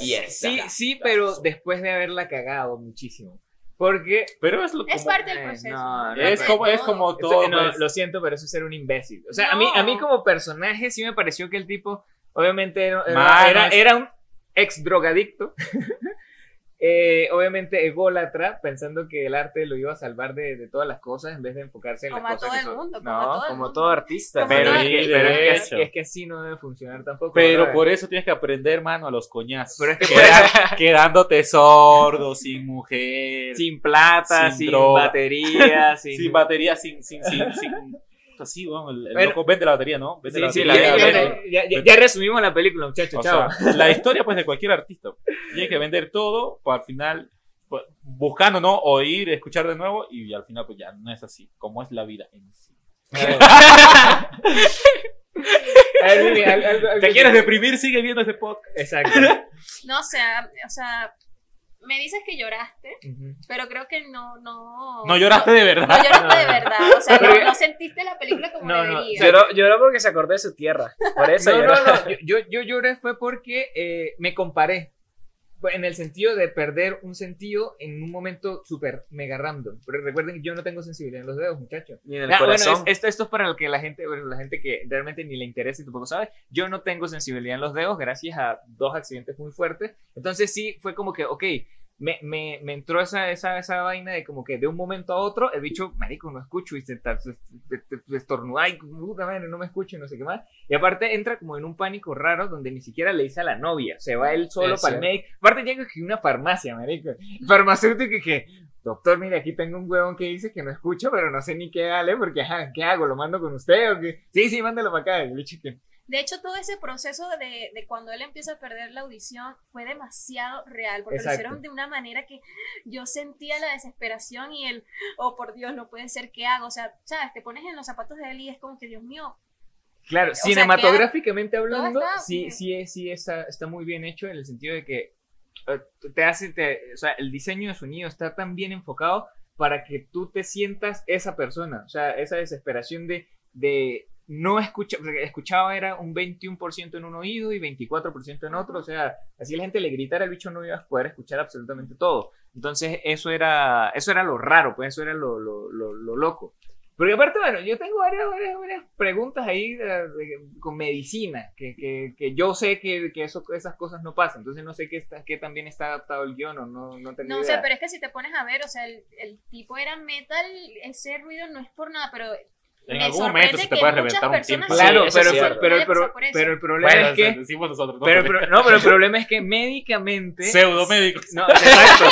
Yes. Sí, sí, pero después de haberla cagado muchísimo. Porque Pero es lo Es como- parte del eh, proceso. no, no, es no. como, es como todo. eh, Esto- no, pues. lo siento, pero eso es ser un imbécil. O sea, a, mí, a mí No. como personaje sí me pareció que el tipo, obviamente, era, era- Mano, era, es- era un ex drogadicto. Eh, obviamente ególatra, pensando que el arte lo iba a salvar de, de todas las cosas en vez de enfocarse en Como las a cosas todo que el son- mundo, como No, a todo el Como mundo. todo artista. Como Pero, ¿no? es, todo que, Sí, pero de es que- hecho. es que así no debe funcionar tampoco. Pero ¿no? por eso tienes que aprender, mano, a los coñazos. Pero es que por Queda- quedándote sordo, sin mujer, sin, sin plata, Sin sin, droga. batería, sin, batería, sin. sin, sin, sin así, bueno, el, el Pero- loco vende la batería, ¿no? Vende Sí, la sí, batería. la Ya- vende. Vende. ya, ya- ya resumimos la película, muchachos. O Chao. sea, la historia pues de cualquier artista. Tiene que vender todo para al final pues, buscando no oír, escuchar de nuevo y al final pues ya no es así, como es la vida en sí. A ver, Mimi, al- algo- algo ¿Te que- quieres deprimir? Sigue viendo este podcast. Exacto. No, o sea, o sea, me dices que lloraste, Ujú. pero creo que no, no. No lloraste de No, verdad. lloraste de verdad. O sea, Pero- no, no sentiste la película como No, no, debería. Lloró, lloró porque se acordó de su tierra. Por eso No, lloró. no, no, Yo, yo- yo lloré fue porque eh, me comparé. En el sentido de perder un sentido en un momento súper mega random. Pero recuerden que yo no tengo sensibilidad en los dedos, muchachos. Ni en el Ah, bueno, corazón. es- esto, esto es para lo que la gente, bueno, la gente que realmente ni le interesa y tampoco sabe. Yo no tengo sensibilidad en los dedos gracias a dos accidentes muy fuertes. Entonces sí, fue como que, ok, me, me, me entró esa, esa, esa vaina de como que de un momento a otro, el bicho, marico, no escucho y se, ta- se- se- se estornuda y puta madre, no me escucho y no sé qué más. Y aparte entra como en un pánico raro donde ni siquiera le dice a la novia, se va él solo Es para el médico. Aparte llega que una farmacia, marico. Farmacéutico que Doctor, mire, aquí tengo un huevón que dice que no escucho, pero no sé ni qué dale, porque, ajá, ¿qué hago? ¿Lo mando con usted o qué? Sí, sí, mándalo para acá. el bicho que- De hecho, todo ese proceso de, de cuando él empieza a perder la audición fue demasiado real, porque Exacto. lo hicieron de una manera que yo sentía la desesperación y el, oh por Dios, no puede ser, ¿qué hago? O sea, ¿sabes? Te pones en los zapatos de él y es como que, Dios mío, Claro, sea, cinematográficamente hablando, todo está sí, bien. sí, es- sí está, está muy bien hecho en el sentido de que eh, te hace, te- o sea, el diseño de sonido está tan bien enfocado para que tú te sientas esa persona, o sea, esa desesperación de, de no escuchar, escuchaba era un 21% en un oído y 24% en otro, o sea, así la gente le gritara al bicho no ibas a poder escuchar absolutamente todo. Entonces, eso era, eso era lo raro, pues eso era lo, lo, lo, lo loco. Porque aparte, bueno, yo tengo varias, varias, varias preguntas ahí de- de- con medicina, que, que, que yo sé que, que eso, esas cosas no pasan, entonces no sé qué, está, qué también está adaptado el guión o no, no tengo No idea. sé, pero es que si te pones a ver, o sea, el, el tipo era metal, ese ruido no es por nada, pero En Me algún sorprende momento se te que puede muchas reventar un personas tiempo. sí. Claro, eso es pero, cierto. pero, Nadie pero- pasa por eso. pero el problema Bueno, es que... decimos nosotros. ¿no? Pero, pero- no, pero el problema es que médicamente... Pseudomédico. No, exacto.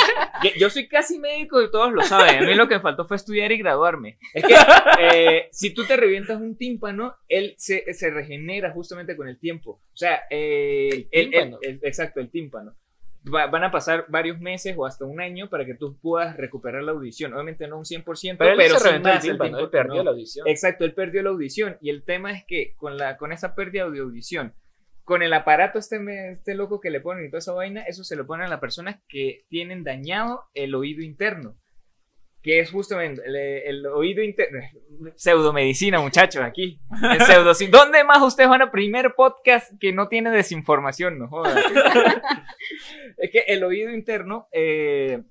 Yo, yo soy casi médico y todos lo saben. A mí lo que me faltó fue estudiar y graduarme. Es que eh, si tú te revientas un tímpano, él se, se regenera justamente con el tiempo. O sea, eh, el- el- tímpano. el- exacto, el tímpano. Va- van a pasar varios meses o hasta un año para que tú puedas recuperar la audición. Obviamente no un 100%, pero él pero, no sí se reventó el más el tímpano, él tiempo- perdió no. la audición. Exacto, él perdió la audición. Y el tema es que con, la, con esa pérdida de audición, con el aparato este, me- este loco que le ponen y toda esa vaina, eso se lo ponen a las personas que tienen dañado el oído interno. Que es justamente el, el oído interno. Pseudomedicina, muchachos, aquí. En pseudo- ¿Dónde más ustedes van a primer podcast que no tiene desinformación? No jodas. es que el oído interno. eh,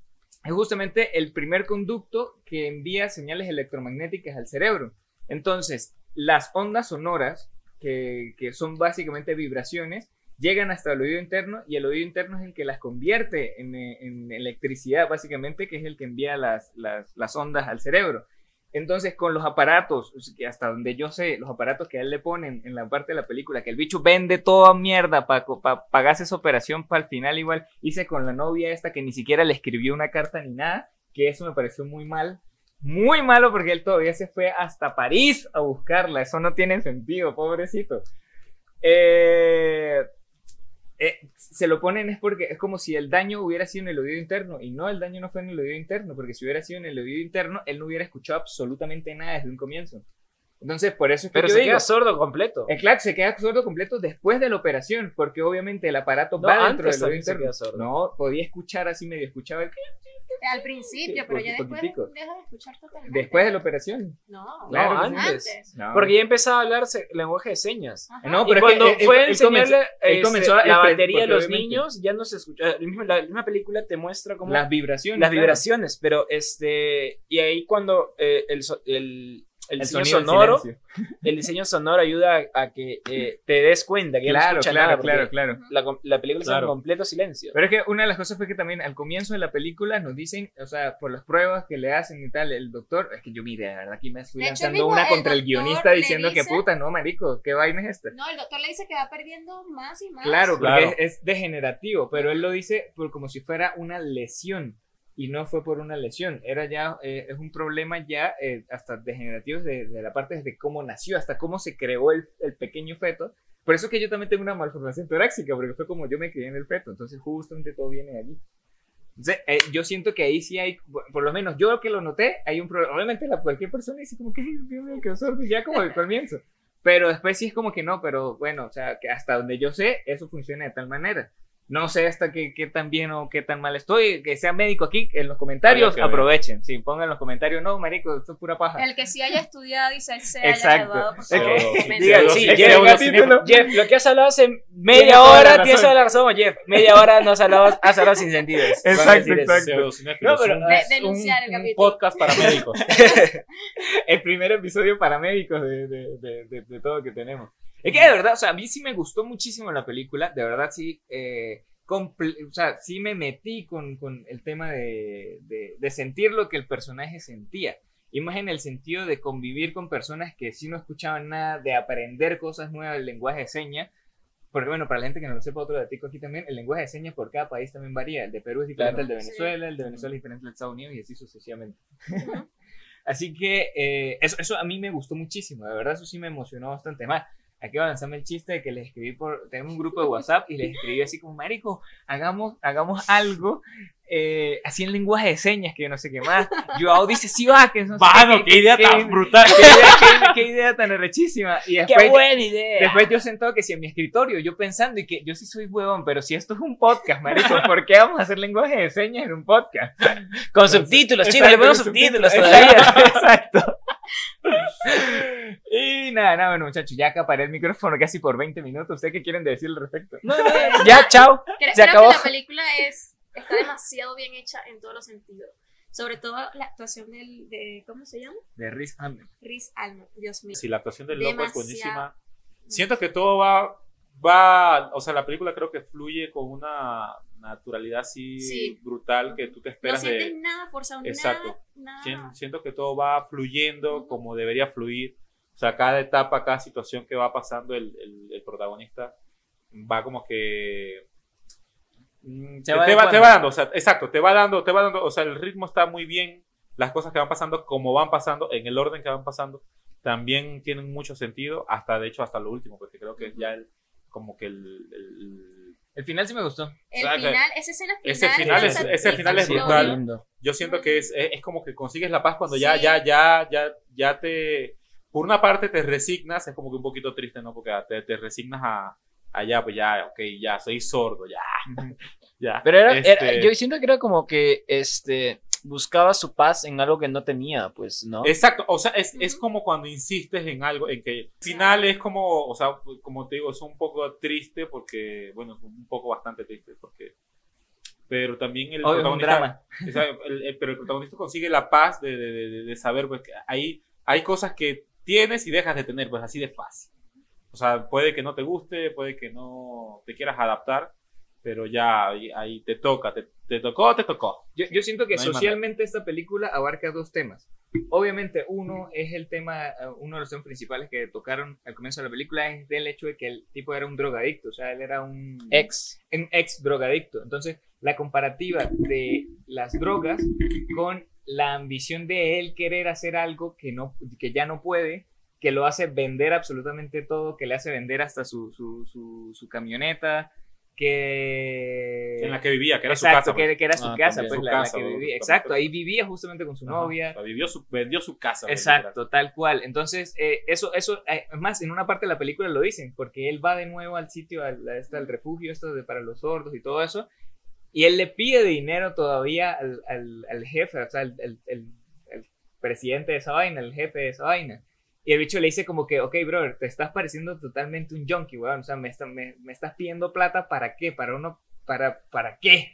es justamente el primer conducto que envía señales electromagnéticas al cerebro. Entonces, las ondas sonoras, que, que son básicamente vibraciones, llegan hasta el oído interno y el oído interno es el que las convierte en, eh, en electricidad, básicamente, que es el que envía las, las, las ondas al cerebro. Entonces, con los aparatos, o sea, que hasta donde yo sé, los aparatos que a él le ponen en la parte de la película, que el bicho vende toda mierda para pagarse esa operación para el final igual, hice con la novia esta que ni siquiera le escribió una carta ni nada, que eso me pareció muy mal, muy malo porque él todavía se fue hasta París a buscarla, eso no tiene sentido, pobrecito. Eh, eh, se lo ponen es porque es como si el daño hubiera sido en el oído interno y no, el daño no fue en el oído interno, porque si hubiera sido en el oído interno, él no hubiera escuchado absolutamente nada desde un comienzo. Entonces, por eso es que Pero yo se digo, queda sordo completo. eh, claro, se queda sordo completo después de la operación, porque obviamente el aparato No, va dentro antes del oído también se interno. queda sordo. No, podía escuchar así medio, escuchaba el... Al Sí, principio, pero ya poqui- después poquitico. deja de escuchar totalmente. Después de la operación. No, Claro, no, sí. antes. No. Porque ya empezaba a hablar se- lenguaje de señas. Ajá. No, y pero es cuando que él- fue él- a él enseñarle comenzó- él este, comenzó a- la porque batería a los obviamente- niños, ya no se escucha. el mismo- La, misma película te muestra cómo las vibraciones. las claro. vibraciones, pero este. Y ahí cuando eh, el, so- el, el El diseño sonido del sonoro, silencio. el diseño sonoro ayuda a, a que eh, te des cuenta que ya no Claro, escucha claro, nada. claro, porque claro. La, com- la película está Claro. en completo silencio. Pero es que una de las cosas fue que también al comienzo de la película nos dicen, o sea, por las pruebas que le hacen y tal, el doctor, es que yo mire, la verdad aquí me estoy De hecho, lanzando mismo una el contra el doctor guionista le diciendo que dice- puta, no, marico, ¿qué vaina es esta? No, el doctor le dice que va perdiendo más y más. Claro, porque Claro. Es, es degenerativo, pero él lo dice por, como si fuera una lesión y no fue por una lesión, era ya, eh, es un problema ya eh, hasta degenerativo de, de la parte desde cómo nació, hasta cómo se creó el, el pequeño feto. Por eso que yo también tengo una malformación torácica, porque fue como yo me crié en el feto, entonces justamente todo viene de allí. Entonces, eh, yo siento que ahí sí hay, por, por lo menos yo que lo noté, hay un problema. Obviamente, la, cualquier persona dice como que, Dios mío, qué sordo", ya como el comienzo. Pero después sí es como que no, pero bueno, o sea, que hasta donde yo sé, eso funciona de tal manera. No sé hasta qué, qué tan bien o qué tan mal estoy, que sea médico aquí, en los comentarios, Habría que ver. aprovechen. Sí, pongan en los comentarios, no, marico, esto es pura paja. El que sí haya estudiado y se, se haya Exacto. graduado, por Es que- favor, Sí, comenten. Digan, Pseudo- sí, es Jeff, pseudocinéfilo. Jeff, lo que has hablado hace Tienes media toda la hora, razón. tienes toda la razón, Jeff. Media hora no has hablado, has hablado sin sentido. Exacto, Vamos a decir eso. exacto. Pseudocinéfilos. No, pero- Un- De- denunciar el un, capítulo. un podcast para médicos. el primer episodio para médicos de, de- de- de- de todo que tenemos. Es que de verdad, o sea, a mí sí me gustó muchísimo la película, de verdad sí, eh, comple- o sea, sí me metí con, con el tema de, de- de sentir lo que el personaje sentía. Y más en el sentido de convivir con personas que sí no escuchaban nada, de aprender cosas nuevas del lenguaje de señas. Porque bueno, para la gente que no lo sepa, otro datico aquí también, el lenguaje de señas por cada país también varía. El de Perú es diferente Claro. al de Sí. Venezuela, el de Venezuela es diferente al de Estados Unidos y así sucesivamente. Ujú. Así que eh, eso, eso a mí me gustó muchísimo, de verdad eso sí me emocionó bastante más. Aquí va a lanzarme el chiste de que les escribí por, tenemos un grupo de WhatsApp y les escribí así como, Marico, hagamos, hagamos algo eh, así en lenguaje de señas, que yo no sé qué más. Joao dice, sí va, que no sé Mano, qué idea qué- tan brutal. qué idea, qué- qué idea tan arrechísima. Y después, ¡Qué buena idea! después yo sentado que si en mi escritorio, yo pensando y que yo sí soy huevón, pero si esto es un podcast, Marico, ¿por qué vamos a hacer lenguaje de señas en un podcast? Con subtítulos, chicos, le ponemos subtítulos todavía. Exacto. Y nada, nada, bueno, muchachos, ya acaparé el micrófono casi por 20 minutos. ¿Ustedes qué quieren decir al respecto? Ya, chao. Creo, Se creo acabó. que la película es, está demasiado bien hecha en todos los sentidos. Sobre todo la actuación del, de, ¿cómo se llama? De Ah, Riz Ahmed. Riz Alma, Dios mío. Si la actuación del loco Demasiado. es buenísima. Siento que todo va, va, o sea, la película creo que fluye con una naturalidad así Sí. brutal que tú te No esperas sientes de... nada forzado, Exacto. nada, Sien- nada. Siento que todo va fluyendo como debería fluir. O sea, cada etapa, cada situación que va pasando el, el- el protagonista va como que... mm, Se te, va te va, adecuando. te va dando, o sea, exacto, te va dando, te va dando, o sea, el ritmo está muy bien, las cosas que van pasando, como van pasando, en el orden que van pasando, también tienen mucho sentido, hasta de hecho hasta lo último, porque creo que es ya el, como que el, el- El final sí me gustó. El Exacto. final, esa escena final. Ese final tan es- ese final es satisfactorio. brutal. lindo. yo siento que es, es, es como que consigues la paz cuando ya, Sí. ya, ya, ya, ya te, por una parte te resignas, es como que un poquito triste, ¿no? Porque ah, te, te resignas a, a ya, pues ya, ok, ya, soy sordo, ya, ya. Pero era, Este, era- yo siento que era como que este, buscaba su paz en algo que no tenía, pues, ¿no? Exacto, o sea, es, es Ujú. como cuando insistes en algo, en que al final es como, o sea, pues, como te digo, es un poco triste porque, bueno, un poco bastante triste porque, pero también el Obvio, es un drama. o sea, el- el- pero el protagonista consigue la paz de, de- de- de- de saber pues, que hay, hay cosas que tienes y dejas de tener, pues así de fácil. O sea, puede que no te guste, puede que no te quieras adaptar, pero ya ahí, ahí te toca, te, te tocó, te tocó. Yo, yo siento que No hay manera. socialmente esta película abarca dos temas. Obviamente, uno es el tema, eh, uno de los temas principales que tocaron al comienzo de la película es del hecho de que el tipo era un drogadicto, o sea, él era un Ex. un ex drogadicto. Entonces, la comparativa de las drogas con la ambición de él querer hacer algo que, no, que ya no puede, que lo hace vender absolutamente todo, que le hace vender hasta su, su, su, su camioneta, que... En la que vivía, que era Exacto, su casa. pues. que, que era su Ah, casa, también, pues su la, la casa, que o- vivía. Exacto, ahí vivía justamente con su Ajá, novia. o sea, vivió su, vendió su casa. pues, Exacto, tal cual. Entonces, eh, eso, eso, eh, es más, en una parte de la película lo dicen, porque él va de nuevo al sitio, al, a este, al refugio, esto de para los sordos y todo eso, y él le pide dinero todavía al, al- al jefe, o sea, al, al- al- al presidente de esa vaina, el jefe de esa vaina. Y el bicho le dice como que, ok, brother, te estás pareciendo totalmente un junkie, weón. O sea, me, está- me, me estás pidiendo plata para qué, para uno, para, para qué.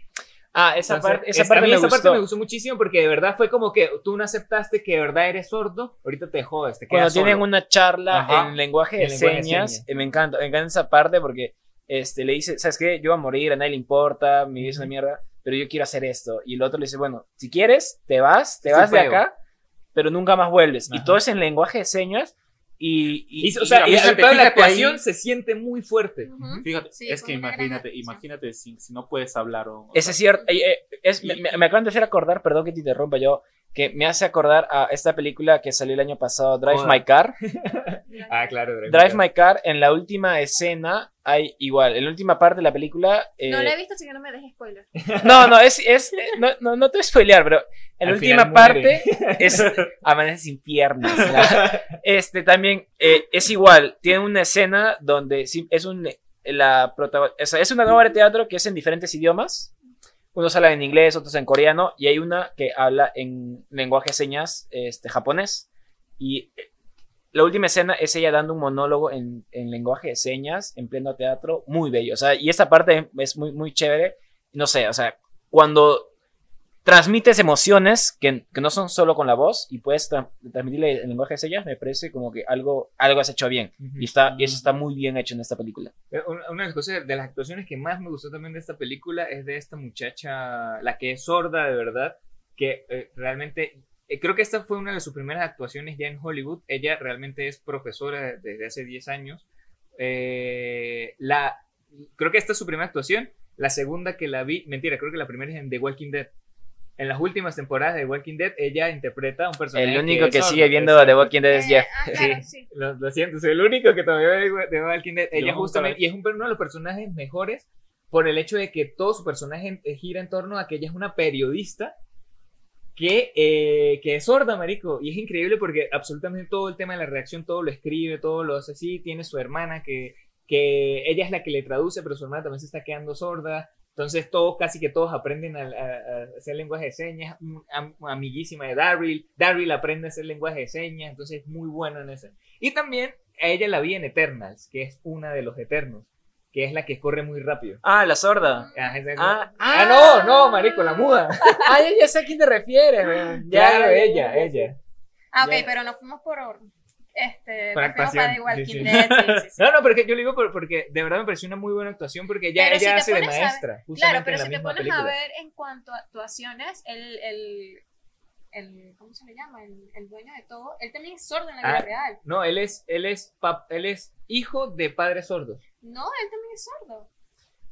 Ah, esa Entonces, parte, esa es- a parte mí me esa gustó. parte me gustó muchísimo porque de verdad fue como que tú no aceptaste que de verdad eres sordo, ahorita te jodes, te Cuando quedas tienen solo. una charla Ajá. en lenguaje de En lenguaje de señas, señas. eh, me encanta, me encanta esa parte porque este, le dice, ¿sabes qué? Yo voy a morir, a nadie le importa, mi vida es una mierda, pero yo quiero hacer esto. Y el otro le dice, bueno, si quieres, te vas, te Sí vas de puedo. acá, pero nunca más vuelves. Y Ajá. todo es en lenguaje de señas y... y- Y, o y- sea, y y fíjate, sobre todo la fíjate ahí- actuación se siente muy fuerte. Ujú. Fíjate, Sí, es fue que una gran imagínate, actuación. imagínate si, si no puedes hablar o... o Ese sea, es cierto. eh, eh, es- me, Y- me- me acaban de hacer acordar, perdón que te interrumpa yo, que me hace acordar a esta película que salió el año pasado, Drive Joder. My Car. Ah, claro. Drive My Car, en la última escena hay igual, en la última parte de la película... eh, No la he visto, así que no me dejes spoiler. no, no, es, es, eh, no, no, no te voy a spoilear, pero en la Al final muere. última parte es Amanece sin piernas. ¿no? Este también eh, es igual, tiene una escena donde sí- es un... La protago- o sea, es una obra de teatro que es en diferentes idiomas. Unos hablan en inglés, otros en coreano, y hay una que habla en lenguaje de señas este, japonés. Y eh, la última escena es ella dando un monólogo en, en lenguaje de señas, en pleno teatro, muy bello. O sea, y esta parte es muy, muy chévere. No sé, o sea, cuando transmites emociones que, que no son solo con la voz y puedes tra- transmitirle en lenguaje de señas, me parece como que algo, algo has hecho bien. Ujú. Y, está, y eso está muy bien hecho en esta película. Eh, Una una de las cosas, de las actuaciones que más me gustó también de esta película es de esta muchacha, la que es sorda de verdad, que eh, realmente, eh, creo que esta fue una de sus primeras actuaciones ya en Hollywood. Ella realmente es profesora desde hace 10 años. Eh, la, creo que esta es su primera actuación. La segunda que la vi, mentira, creo que la primera es en The Walking Dead. En las últimas temporadas de The Walking Dead, ella interpreta a un personaje. El único es que sordo, sigue viendo exacto. The Walking Dead es Eh, Jeff. Ah, claro, sí. Lo, lo siento, soy el único que todavía ve We- de Walking Dead. Ella nunca justamente, la y es un, uno de los personajes mejores por el hecho de que todo su personaje en- eh, gira en torno a que ella es una periodista que, eh, que es sorda, marico. Y es increíble porque absolutamente todo el tema de la reacción, todo lo escribe, todo lo hace así. Tiene su hermana que, que ella es la que le traduce, pero su hermana también se está quedando sorda. Entonces todos, casi que todos aprenden a, a- a hacer lenguaje de señas. Mm, am- amiguísima de Daryl. Daryl aprende a hacer lenguaje de señas, entonces es muy bueno en eso. Y también a ella la vi en Eternals, que es una de los Eternos, que es la que corre muy rápido. Ah, la sorda. Ah, esa- Ah, Ah, no, no, marico, la muda. ah, ya, ya sé a quién te refieres, weón. Ya, claro, ya, ella, ya. ella. Ah, ok, Ya. pero nos fuimos por este, Por nos fuimos actuación, para The Walking sí, sí. Dead. sí, sí, sí. No, no, porque yo lo digo por- porque de verdad me pareció una muy buena actuación porque ella, Pero ella si te hace de pones a- maestra. justamente Claro, pero en la si te misma pones película. a ver en cuanto a actuaciones, el, el, el ¿cómo se le llama? El, el dueño de todo, él también es sordo en la vida Ah. real. No, él es, él es, pap- él es hijo de padres sordos. No, él también es sordo.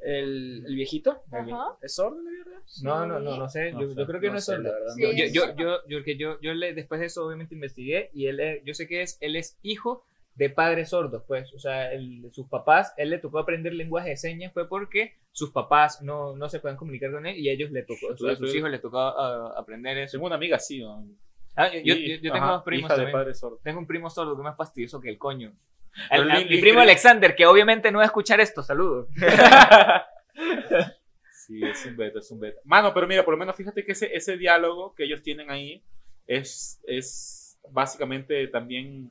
¿El, el viejito? Ajá. ¿Es sordo, de verdad? No, no, Sí. no, no sé. No yo, sé, yo creo que no, no es sé, sordo. la verdad, Yo, no yo, sé. yo, yo, yo- porque yo, yo le, después de eso obviamente investigué y él, es- yo sé que es, él es hijo de padres sordos, pues, o sea, él- sus papás, él le tocó aprender lenguaje de señas fue porque sus papás no, no se pueden comunicar con él y a ellos le tocó, a sus- a sus hijos le tocó ah, aprender eso. Tengo una amiga así. ¿no? Ah, yo, yo- Y- yo tengo ajá, dos primos hija de también. padre sordo. Tengo un primo sordo que es más fastidioso que el coño. Pero Al- lo- a- lo mi primo increíble- Alexander, que obviamente no va a escuchar esto, saludos. Sí, es un beta, es un beta. Mano, pero mira, por lo menos fíjate que ese, ese diálogo que ellos tienen ahí es, es básicamente también.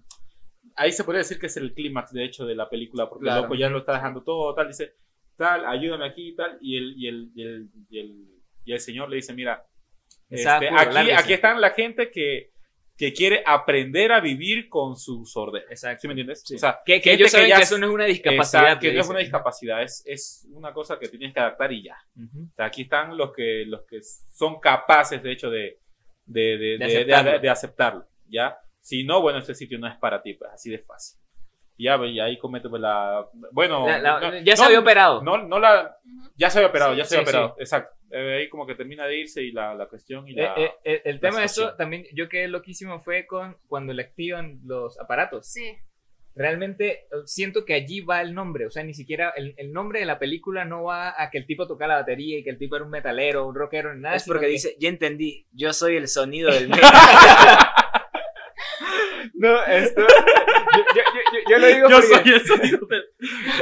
Ahí se podría decir que es el clímax, de hecho, de la película, porque Claro. el loco ya lo está dejando todo, tal, dice, tal, ayúdame aquí, tal, y el, y el, y el, y el, y el señor le dice, mira, este, Exacto, aquí, lárguese. aquí están la gente que, que quiere aprender a vivir con su sordera. Exacto. ¿Sí me entiendes? Sí. O sea, Que, que Gente ellos saben que que, ya eso no es una discapacidad. Exacto, le que no es una dicen. discapacidad, es, es una cosa que tienes que adaptar y ya. Ujú. O sea, aquí están los que, los que son capaces, de hecho, de, de, De de- de- de- aceptarlo. de aceptarlo, ¿ya? Si no, bueno, este sitio no es para ti, pues así de fácil. Ya, pues, y ahí comete pues, la... Bueno, La- la- no- ya se no- había operado. No, no la... Ujú. Ya se había operado, Sí, ya se había sí, operado, exacto. Eh, ahí como que termina de irse y la, la cuestión y la... Eh, eh, eh, el tema de eso situación. también, yo quedé loquísimo fue con cuando le activan los aparatos. Sí. realmente eh, siento que allí va el nombre. O sea, ni siquiera el, el nombre de la película no va a que el tipo toca la batería y que el tipo era un metalero, un rockero, ni nada. es sino porque que- dice, ya entendí, yo soy el sonido del metal. No, esto. yo, yo- yo- yo- yo lo digo Yo porque soy el sonido del-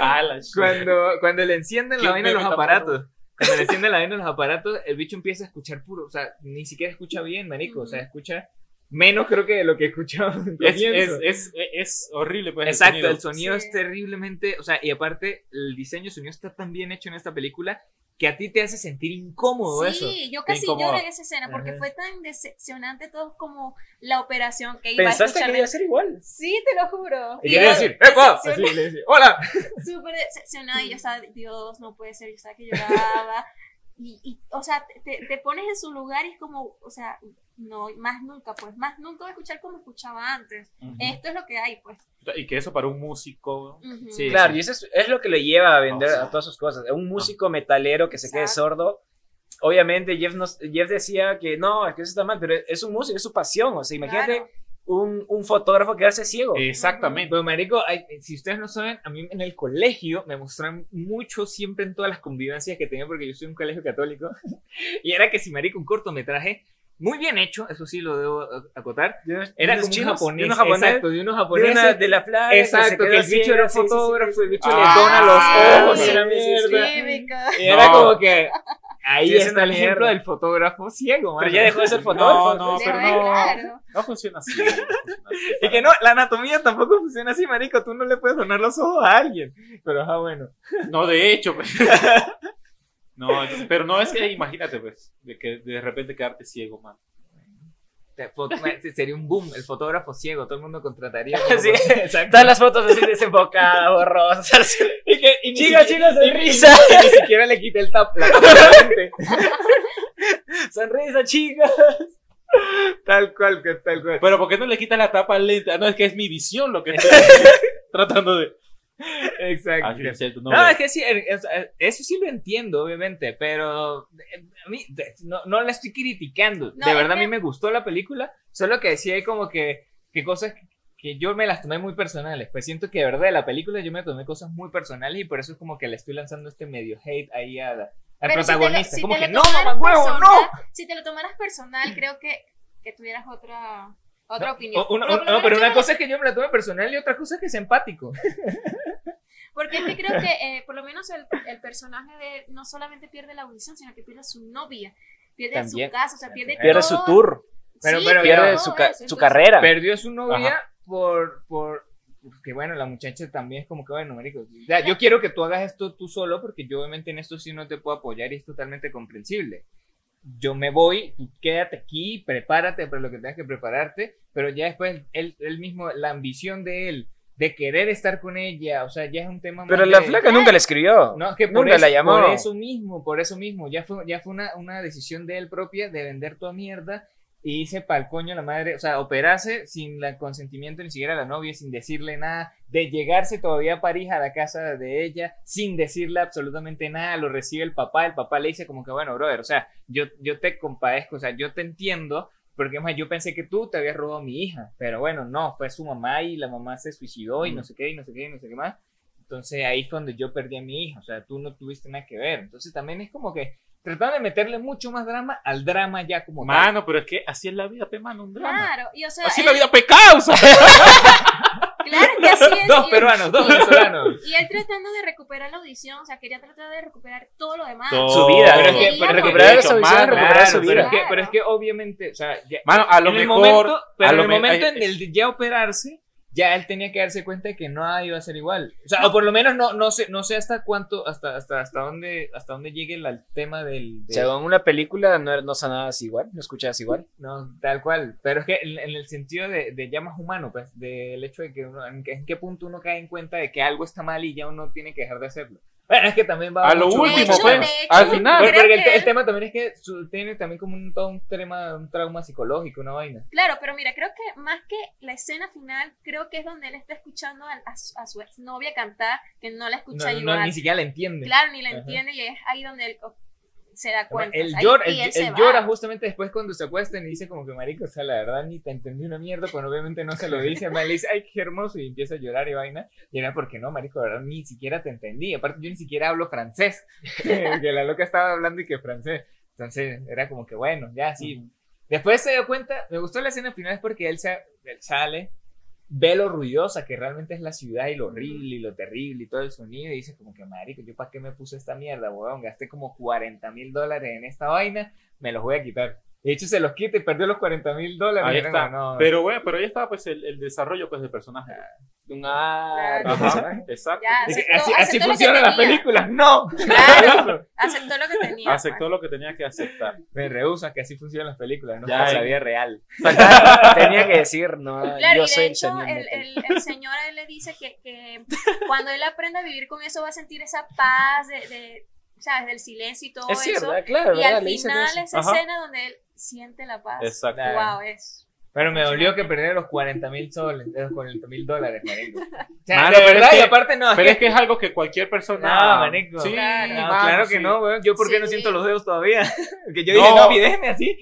Ah, la ch- cuando, cuando le encienden la ¿Quién vaina me de los meta aparatos. Cuando le encienden la vaina de los aparatos, el bicho empieza a escuchar puro. O sea, ni siquiera escucha bien, marico. O sea, escucha menos creo que de lo que escuchaba. al Es, comienzo. es, es, es horrible, pues. el Exacto, sonido. el sonido Sí. es terriblemente, o sea, y aparte el diseño el sonido está tan bien hecho en esta película que a ti te hace sentir incómodo eso. Sí, yo casi incomoda. lloré en esa escena porque Ajá. fue tan decepcionante todo como la operación que iba a Pensaste escuchar. que iba a ser igual. Sí, te lo juro. Y Y quiere yo decir, ¡Eh, ¡epa! decepcion- Así, le dice, ¡Hola! Súper decepcionada y yo estaba, Dios, no puede ser, yo estaba que lloraba. Y, y, o sea, te, te pones en su lugar y es como, o sea, no, más nunca, pues, más nunca voy a escuchar como escuchaba antes. Ujú. Esto es lo que hay, pues. Y que eso para un músico. Ujú. Sí. Claro, y eso es, es lo que le lleva a vender O sea. a todas sus cosas. Un músico metalero que se quede Exacto. sordo. Obviamente, Jeff, nos- Jeff decía que no, es que eso está mal, pero es un músico, es su pasión. O sea, imagínate Claro. un, un fotógrafo quedarse ciego. Exactamente. Pero marico, ay, si ustedes no saben, a mí en el colegio me mostraron mucho siempre en todas las convivencias que tenía porque yo soy un colegio católico y era que si marico un cortometraje muy bien hecho, eso sí lo debo eh, acotar, era como un japonés, de unos japoneses, exacto, de unos de, japoneses. una- de la playa. que se Exacto, que queda el bicho ciego, era un sí, sí, sí. fotógrafo, el bicho Ah, le dona los ojos sí, y la mierda. Sí, me cago. Y era No. como que ahí Sí, es está una el ejemplo mierda. del fotógrafo ciego, Pero mano. ya dejó de ser No, fotógrafo. no, pues. pero Ay, no. claro. No funciona así. no funciona así. Y que no, la anatomía tampoco funciona así, marico. Tú no le puedes donar los ojos a alguien. Pero ajá, bueno. No, de hecho. pues. No, entonces, pero no es que imagínate, pues, de que de repente quedarte ciego, man. Te- fo- se- Sería un boom, el fotógrafo ciego, todo el mundo contrataría. Sí, exacto. Todas las fotos así desenfocadas, borrosas. Y que y ni Chicas, siquiera- chicas, y- sonrisa. y ni siquiera le quité el tap. La tapa de la lente. Sonrisa, chicas. tal cual, que- tal cual. Pero ¿por qué no le quitas la tapa al lente? Ah, no, es que es mi visión lo que estoy tratando de. Exacto. Ah, sí, es cierto, no, No, güey. Pues, es que sí, eh, es- eh, eso sí lo entiendo, obviamente, pero eh, a mí de- no, no la estoy criticando. No, de es verdad, a que- mí me gustó la película, solo que sí hay como que, que cosas que yo me las tomé muy personales. Pues siento que de verdad de la película yo me tomé cosas muy personales y por eso es como que le estoy lanzando este medio hate ahí a la- al Pero si te lo- protagonista. si como te que lo no, tomaras mamá huevo, no. personal- Si te lo tomaras personal, creo que, que tuvieras otra, otra opinión. O- una- Por lo una- menos no, pero yo una no- cosa es que yo me la tomé personal y otra cosa es que es empático. Porque es que creo que eh, por lo menos el, el personaje de él no solamente pierde la audición, sino que pierde su novia, pierde También. su casa, o sea, pierde, Pierde todo. su tour, Pero- Sí, pero pierde no, su, todo ca- eso, su entonces- carrera. Perdió a su novia por, por que bueno, la muchacha también es como que bueno, marico, ya, yo quiero que tú hagas esto tú solo porque yo obviamente en esto sí no te puedo apoyar y es totalmente comprensible. Yo me voy, tú quédate aquí, prepárate para lo que tengas que prepararte, pero ya después él, él mismo, la ambición de él, de querer estar con ella, o sea, ya es un tema más Pero la de- flaca nunca le escribió. no, es que por Nunca eso, la llamó. por eso mismo, por eso mismo. Ya fue, ya fue una, una decisión de él propia de vender toda mierda y hice pa'l coño la madre, o sea, operarse sin el consentimiento ni siquiera a la novia, sin decirle nada, de llegarse todavía a París a la casa de ella, sin decirle absolutamente nada, lo recibe el papá, el papá le dice como que, bueno, brother, o sea, yo, yo te compadezco, o sea, yo te entiendo, porque más yo pensé que tú te habías robado a mi hija, pero bueno, no, fue su mamá y la mamá se suicidó y no sé qué, y no sé qué, y no sé qué más. Entonces ahí fue donde yo perdí a mi hija, o sea, tú no tuviste nada que ver. Entonces también es como que trataron de meterle mucho más drama al drama ya como tal. Mano, pero es que así es la vida, pe, mano, un drama. Claro, y Ah, o sea, Así es él- la vida, pe, causa. claro que así es. Dos y- peruanos, dos venezolanos. Y él tratando de recuperar la audición, o sea, quería tratar de recuperar todo lo demás. Su vida, Pero pero es que, pero recuperar de hecho, esa visión, mano, recuperar su Claro, pero vida. es, que, pero es que obviamente, o sea, ya- Mano, a lo en el mejor. momento, pero a en lo el me- momento ay, en el de ya operarse, ya él tenía que darse cuenta de que nada iba a ser igual. O sea, o por lo menos no, no sé, no sé hasta cuánto, hasta, hasta, hasta dónde, hasta dónde llegue el, al tema del, de- Según una película, no, no sonabas igual, no escuchabas igual. no, tal cual. Pero es que en, en el sentido de, de ya más humano, pues, del hecho de que uno, en, qué- en qué punto uno cae en cuenta de que algo está mal y ya uno tiene que dejar de hacerlo. Bueno, es que también va A lo mucho- último, hecho, pues, de hecho, al final. Porque, creo porque el, que- el tema también es que su- tiene también como un, todo un tema, un trauma psicológico, una vaina. Claro, pero mira, creo que más que la escena final, creo que es donde él está escuchando al- a, su- a su exnovia cantar, que no la No, escucha no, igual. ni siquiera la entiende. Claro, ni la Ajá. entiende y es ahí donde él oh, se da cuenta. El ahí- llora, y el- él el se va. llora justamente después cuando se acuestan y dice como que marico, o sea, la verdad ni te entendí una mierda, pero obviamente no se lo dice, el man le dice, ay, qué hermoso, y empieza a llorar y vaina, y era porque no, marico, la verdad ni siquiera te entendí, aparte yo ni siquiera hablo francés, que la loca estaba hablando y que francés, entonces era como que bueno, ya sí. Después se dio cuenta, me gustó la escena final es porque él, se, él sale, ve lo ruidosa que realmente es la ciudad y lo horrible y lo terrible y todo el sonido y dice como que marico, yo para qué me puse esta mierda, weón, gasté como 40 mil dólares en esta vaina, me los voy a quitar. De hecho se los quita y perdió los 40 mil dólares. Ahí Era como, está. no, Pero bueno, pero ahí está pues el, el desarrollo pues del personaje. un ar- Claro. Ajá, exacto. Ya, Es que aceptó- así, así aceptó lo que funcionan las tenía. películas, no. Claro, aceptó lo que tenía. pues. Aceptó lo que tenía que aceptar. Me rehusa que así funcionan las películas, no Ya, como eh. la vida real. Ah, Tenía que decir, no, Claro, yo y soy de el hecho, señor el, Metal. el, el señor a él le dice que, que cuando él aprenda a vivir con eso va a sentir esa paz de, de ¿sabes? del silencio y todo Es eso. cierto, claro, y ¿verdad? al Le dicen final eso. esa Ajá. escena donde él siente la paz. Exacto. Nah. Wow, es. Pero me dolió que perdiera los 40 mil soles, de los 40 mil dólares, marico. O sea, Mano, de pero verdad, es que- y aparte no, es Pero que- es que es algo que cualquier persona. No, marico. Sí, Claro. No, mano, Ah, claro que sí. no, weón. Yo, ¿por qué no Sí. siento los dedos todavía? que yo No. dije, no, mi déjeme así.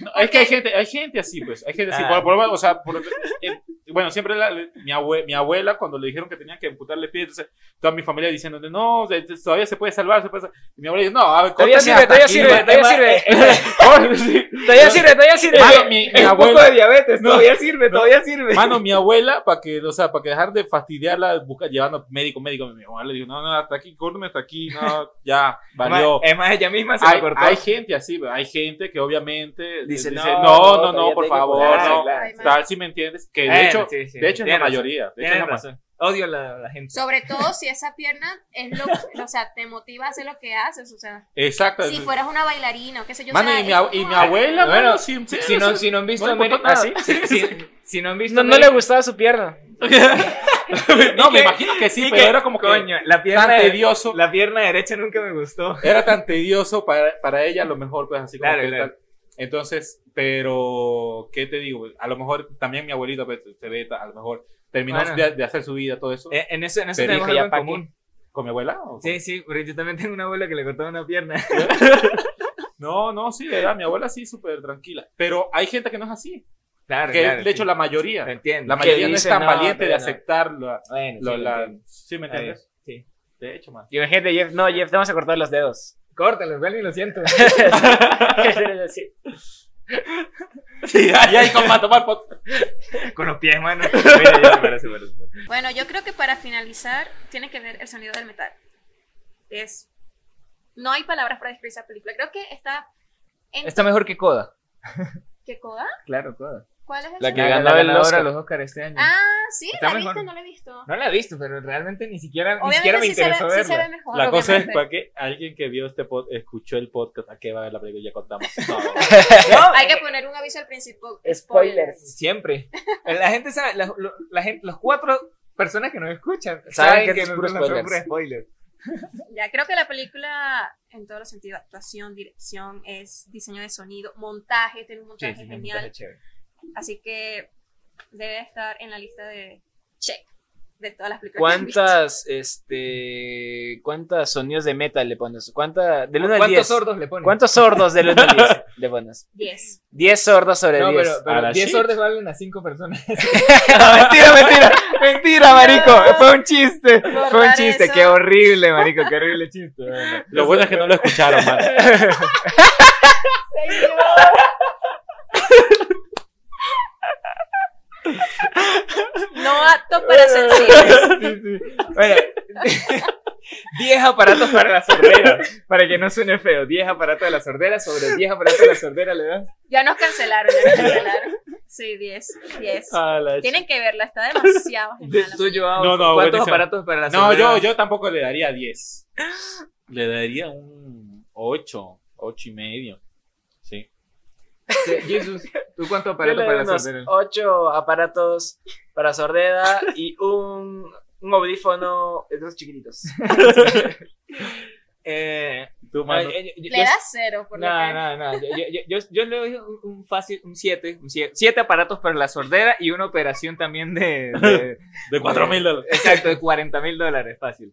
No, es que hay gente, hay gente así, pues. Hay gente así. Ah. Por, por lo menos, o sea, por- eh, bueno, siempre la- mi, abue- mi abuela, cuando le dijeron que tenía que amputarle pies, entonces, toda mi familia diciendo, no, de- de- todavía se puede salvar, se puede salvar. Y mi abuela dice, no, a ver, Todavía córtame sirve, todavía hasta aquí, sirve, todavía sirve. ¿no? Sí. Todavía sirve, todavía sirve. Mano, mi, mi Es un poco abuela. de diabetes, No. todavía sirve, todavía sirve. Mano, mi abuela, para que, o sea, para que dejar de fastidiarla, busca, llevando médico, médico, mi abuela le digo, no, no, hasta aquí, córtame hasta aquí, no, ya, valió. Es más, ella misma se hay, lo cortó. hay gente así, pero hay gente que obviamente Dice, dice, "No, no, no, no, todavía por tengo que favor, curar". no. claro. Ay, man. Tal si me entiendes, que de Bueno, hecho, sí, sí, de hecho es tienes la razón, mayoría. De hecho, es Tienes la ma- razón. Odio la, la gente. Sobre todo si esa pierna es lo o sea, te motiva a hacer lo que haces, o sea, Exacto. si fueras una bailarina o qué sé pues, yo, o Pues Mano, sea, y, mi, es ab- y como- mi abuela, Bueno, bueno, sí, sí, Si no, sí, si no han visto no le importó pues, Ameri- nada. ah, ¿sí? Si- si- si no han visto No, no le Ameri- gustaba su pierna. no, me que- imagino que sí, y pero que, era como que coño, la pierna tan de- tedioso. La pierna derecha nunca me gustó. Era tan tedioso para, para ella, a lo mejor, pues así como Claro, que claro. tal. Entonces, pero, ¿qué te digo? A lo mejor también mi abuelita pues, se ve, a lo mejor terminó Bueno. de, de hacer su vida, todo eso. Eh, En eso, en eso Pero tenemos dije, algo ya en pa' común. ¿Con mi abuela? o con- Sí, sí, porque yo también tengo una abuela que le cortó una pierna. No, no, sí, era mi abuela sí, súper tranquila. Pero hay gente que no es así. Claro, Que claro, de hecho, sí. la Lo mayoría. entiendo. La mayoría no es dice, tan "No, valiente pero de no". aceptar la. Bueno, sí, lo la- la- entiendo. sí, ¿me Está bien, entiendes? sí. De hecho, man. Y imagínate, Jeff, no, Jeff, te vamos a cortar los dedos. Córtalo, igual ni lo siento. Así. Sí, ahí hay como a tomar foto. Con los pies, mano. Mira, ya se parece, parece, parece. Bueno, yo creo que para finalizar tiene que ver el sonido del metal. Es no hay palabras para describir esa película. Creo que está Está mejor que Coda. ¿qué coda? Claro, Coda. ¿Cuál es esa? La que ganó el Oscar. los Oscar este año. Ah, sí, Está la mejor. viste, no la he visto. No la he visto, pero realmente ni siquiera, ni siquiera Obviamente me sí se, ve, interesó sí se ve verla. mejor. La cosa es obviamente. para que alguien que vio este pod escuchó el podcast, ¿a qué va a ver la película? Ya contamos. No, Hay que poner un aviso al principio. Spoilers. eh, Siempre. Eh, La gente sabe, la, lo- la gente, los cuatro personas que nos escuchan saben, que que, esto es nos puro lanzamos puro spoilers. spoiler. Ya creo que la película, en todos los sentidos, actuación, dirección, es diseño de sonido, montaje, tiene un montaje genial. Así que debe estar en la lista de check de todas las películas. que he visto. ¿Cuántas, este, cuántas sonidos de metal le pones? ¿Cuánta, del 1 al ¿Cuántos 10? sordos le ponen? ¿Cuántos sordos del 1 al 10 le pones? Diez. 10 sordos sobre 10. No, pero, A pero la 10 shit. sordos valen a 5 personas. No, mentira, mentira, mentira, marico. No. Fue un chiste. Fue un Cortar chiste, eso. qué horrible, marico, qué horrible chiste. Lo bueno es que no lo escucharon, man. No apto para sensibles. Sí, sí. Bueno, 10 aparatos para la sordera, para que no suene feo. 10 aparatos de la sordera sobre 10 aparatos de la sordera le das. Ya nos cancelaron, ya nos cancelaron. Sí, diez. Diez. Tienen que verla, está demasiado genial. la Tú, Joao, No, ¿cuántos no, buenísimo. aparatos para la No, sordera? yo, yo tampoco le daría 10. Le daría un 8, 8 y medio. Sí. Sí, Jesús, ¿tú cuántos Yo aparatos le para doy la unos sordera? 8 aparatos para sordera y un, un audífono de esos chiquititos. Eh, Tú, no, mano. yo- yo- película. yo- Le das cero por lo No, que- no, no. Yo, yo- yo- yo le doy un, un fácil, un 7. Un 7 aparatos para la sordera y una operación también de. de- De 4 mil dólares. exacto, de 40 mil dólares, fácil.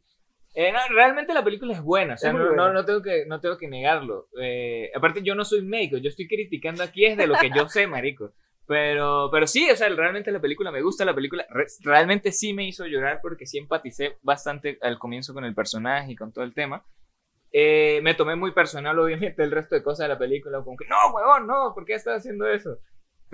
Eh, no, realmente la película es buena, o sea, Es muy no, no, buena. no tengo que, no tengo que negarlo. Eh, aparte, yo no soy médico, yo estoy criticando aquí es de lo que yo sé, marico. Pero, pero sí, o sea, realmente la película me gusta, la película re- realmente sí me hizo llorar porque sí empaticé bastante al comienzo con el personaje y con todo el tema. Eh, me tomé muy personal, obviamente, el resto de cosas de la película, como que, no, huevón, no, ¿por qué estás haciendo eso?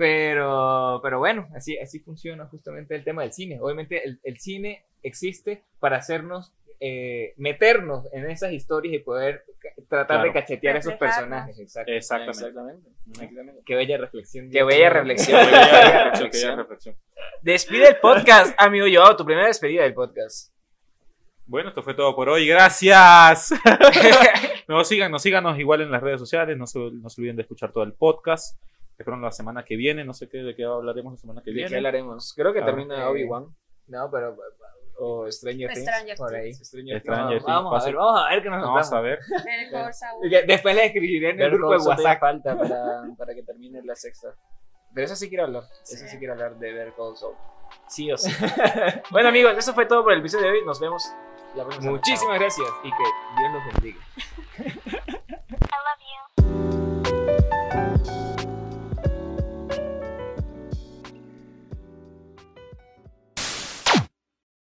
Pero, pero bueno, así, así funciona justamente el tema del cine. Obviamente el, el cine existe para hacernos, eh, meternos en esas historias y poder ca- tratar de Claro. cachetear a esos Reflejarnos. personajes. Exacto. Exactamente. Exactamente. exactamente. Qué bella reflexión. Qué bella reflexión. Qué bella reflexión, qué bella reflexión. Despide el podcast, amigo Joao, tu primera despedida del podcast. Bueno, esto fue todo por hoy. Gracias. nos sigan, nos síganos igual en las redes sociales. No se, no se olviden de escuchar todo el podcast. Espero la semana que viene. No sé qué, de qué hablaremos la semana que ¿De qué viene. hablaremos? Creo que Ah, termina eh, Obi-Wan No, pero o Stranger Things. Stranger por ahí. Things. Stranger Stranger Things. Things. vamos a ver, fácil. vamos a ver qué nos Vamos a ver. Better Call Saul. Y que Después le escribiré en el Ver grupo de cómo todavía WhatsApp. falta para, para que termine la sexta. Pero eso sí quiero hablar. Eso Sí. sí quiero hablar de ver Cold Soul. Sí o sí. bueno, amigos, eso fue todo por el episodio de hoy. Nos vemos la próxima semana. Muchísimas gracias y que Dios los bendiga.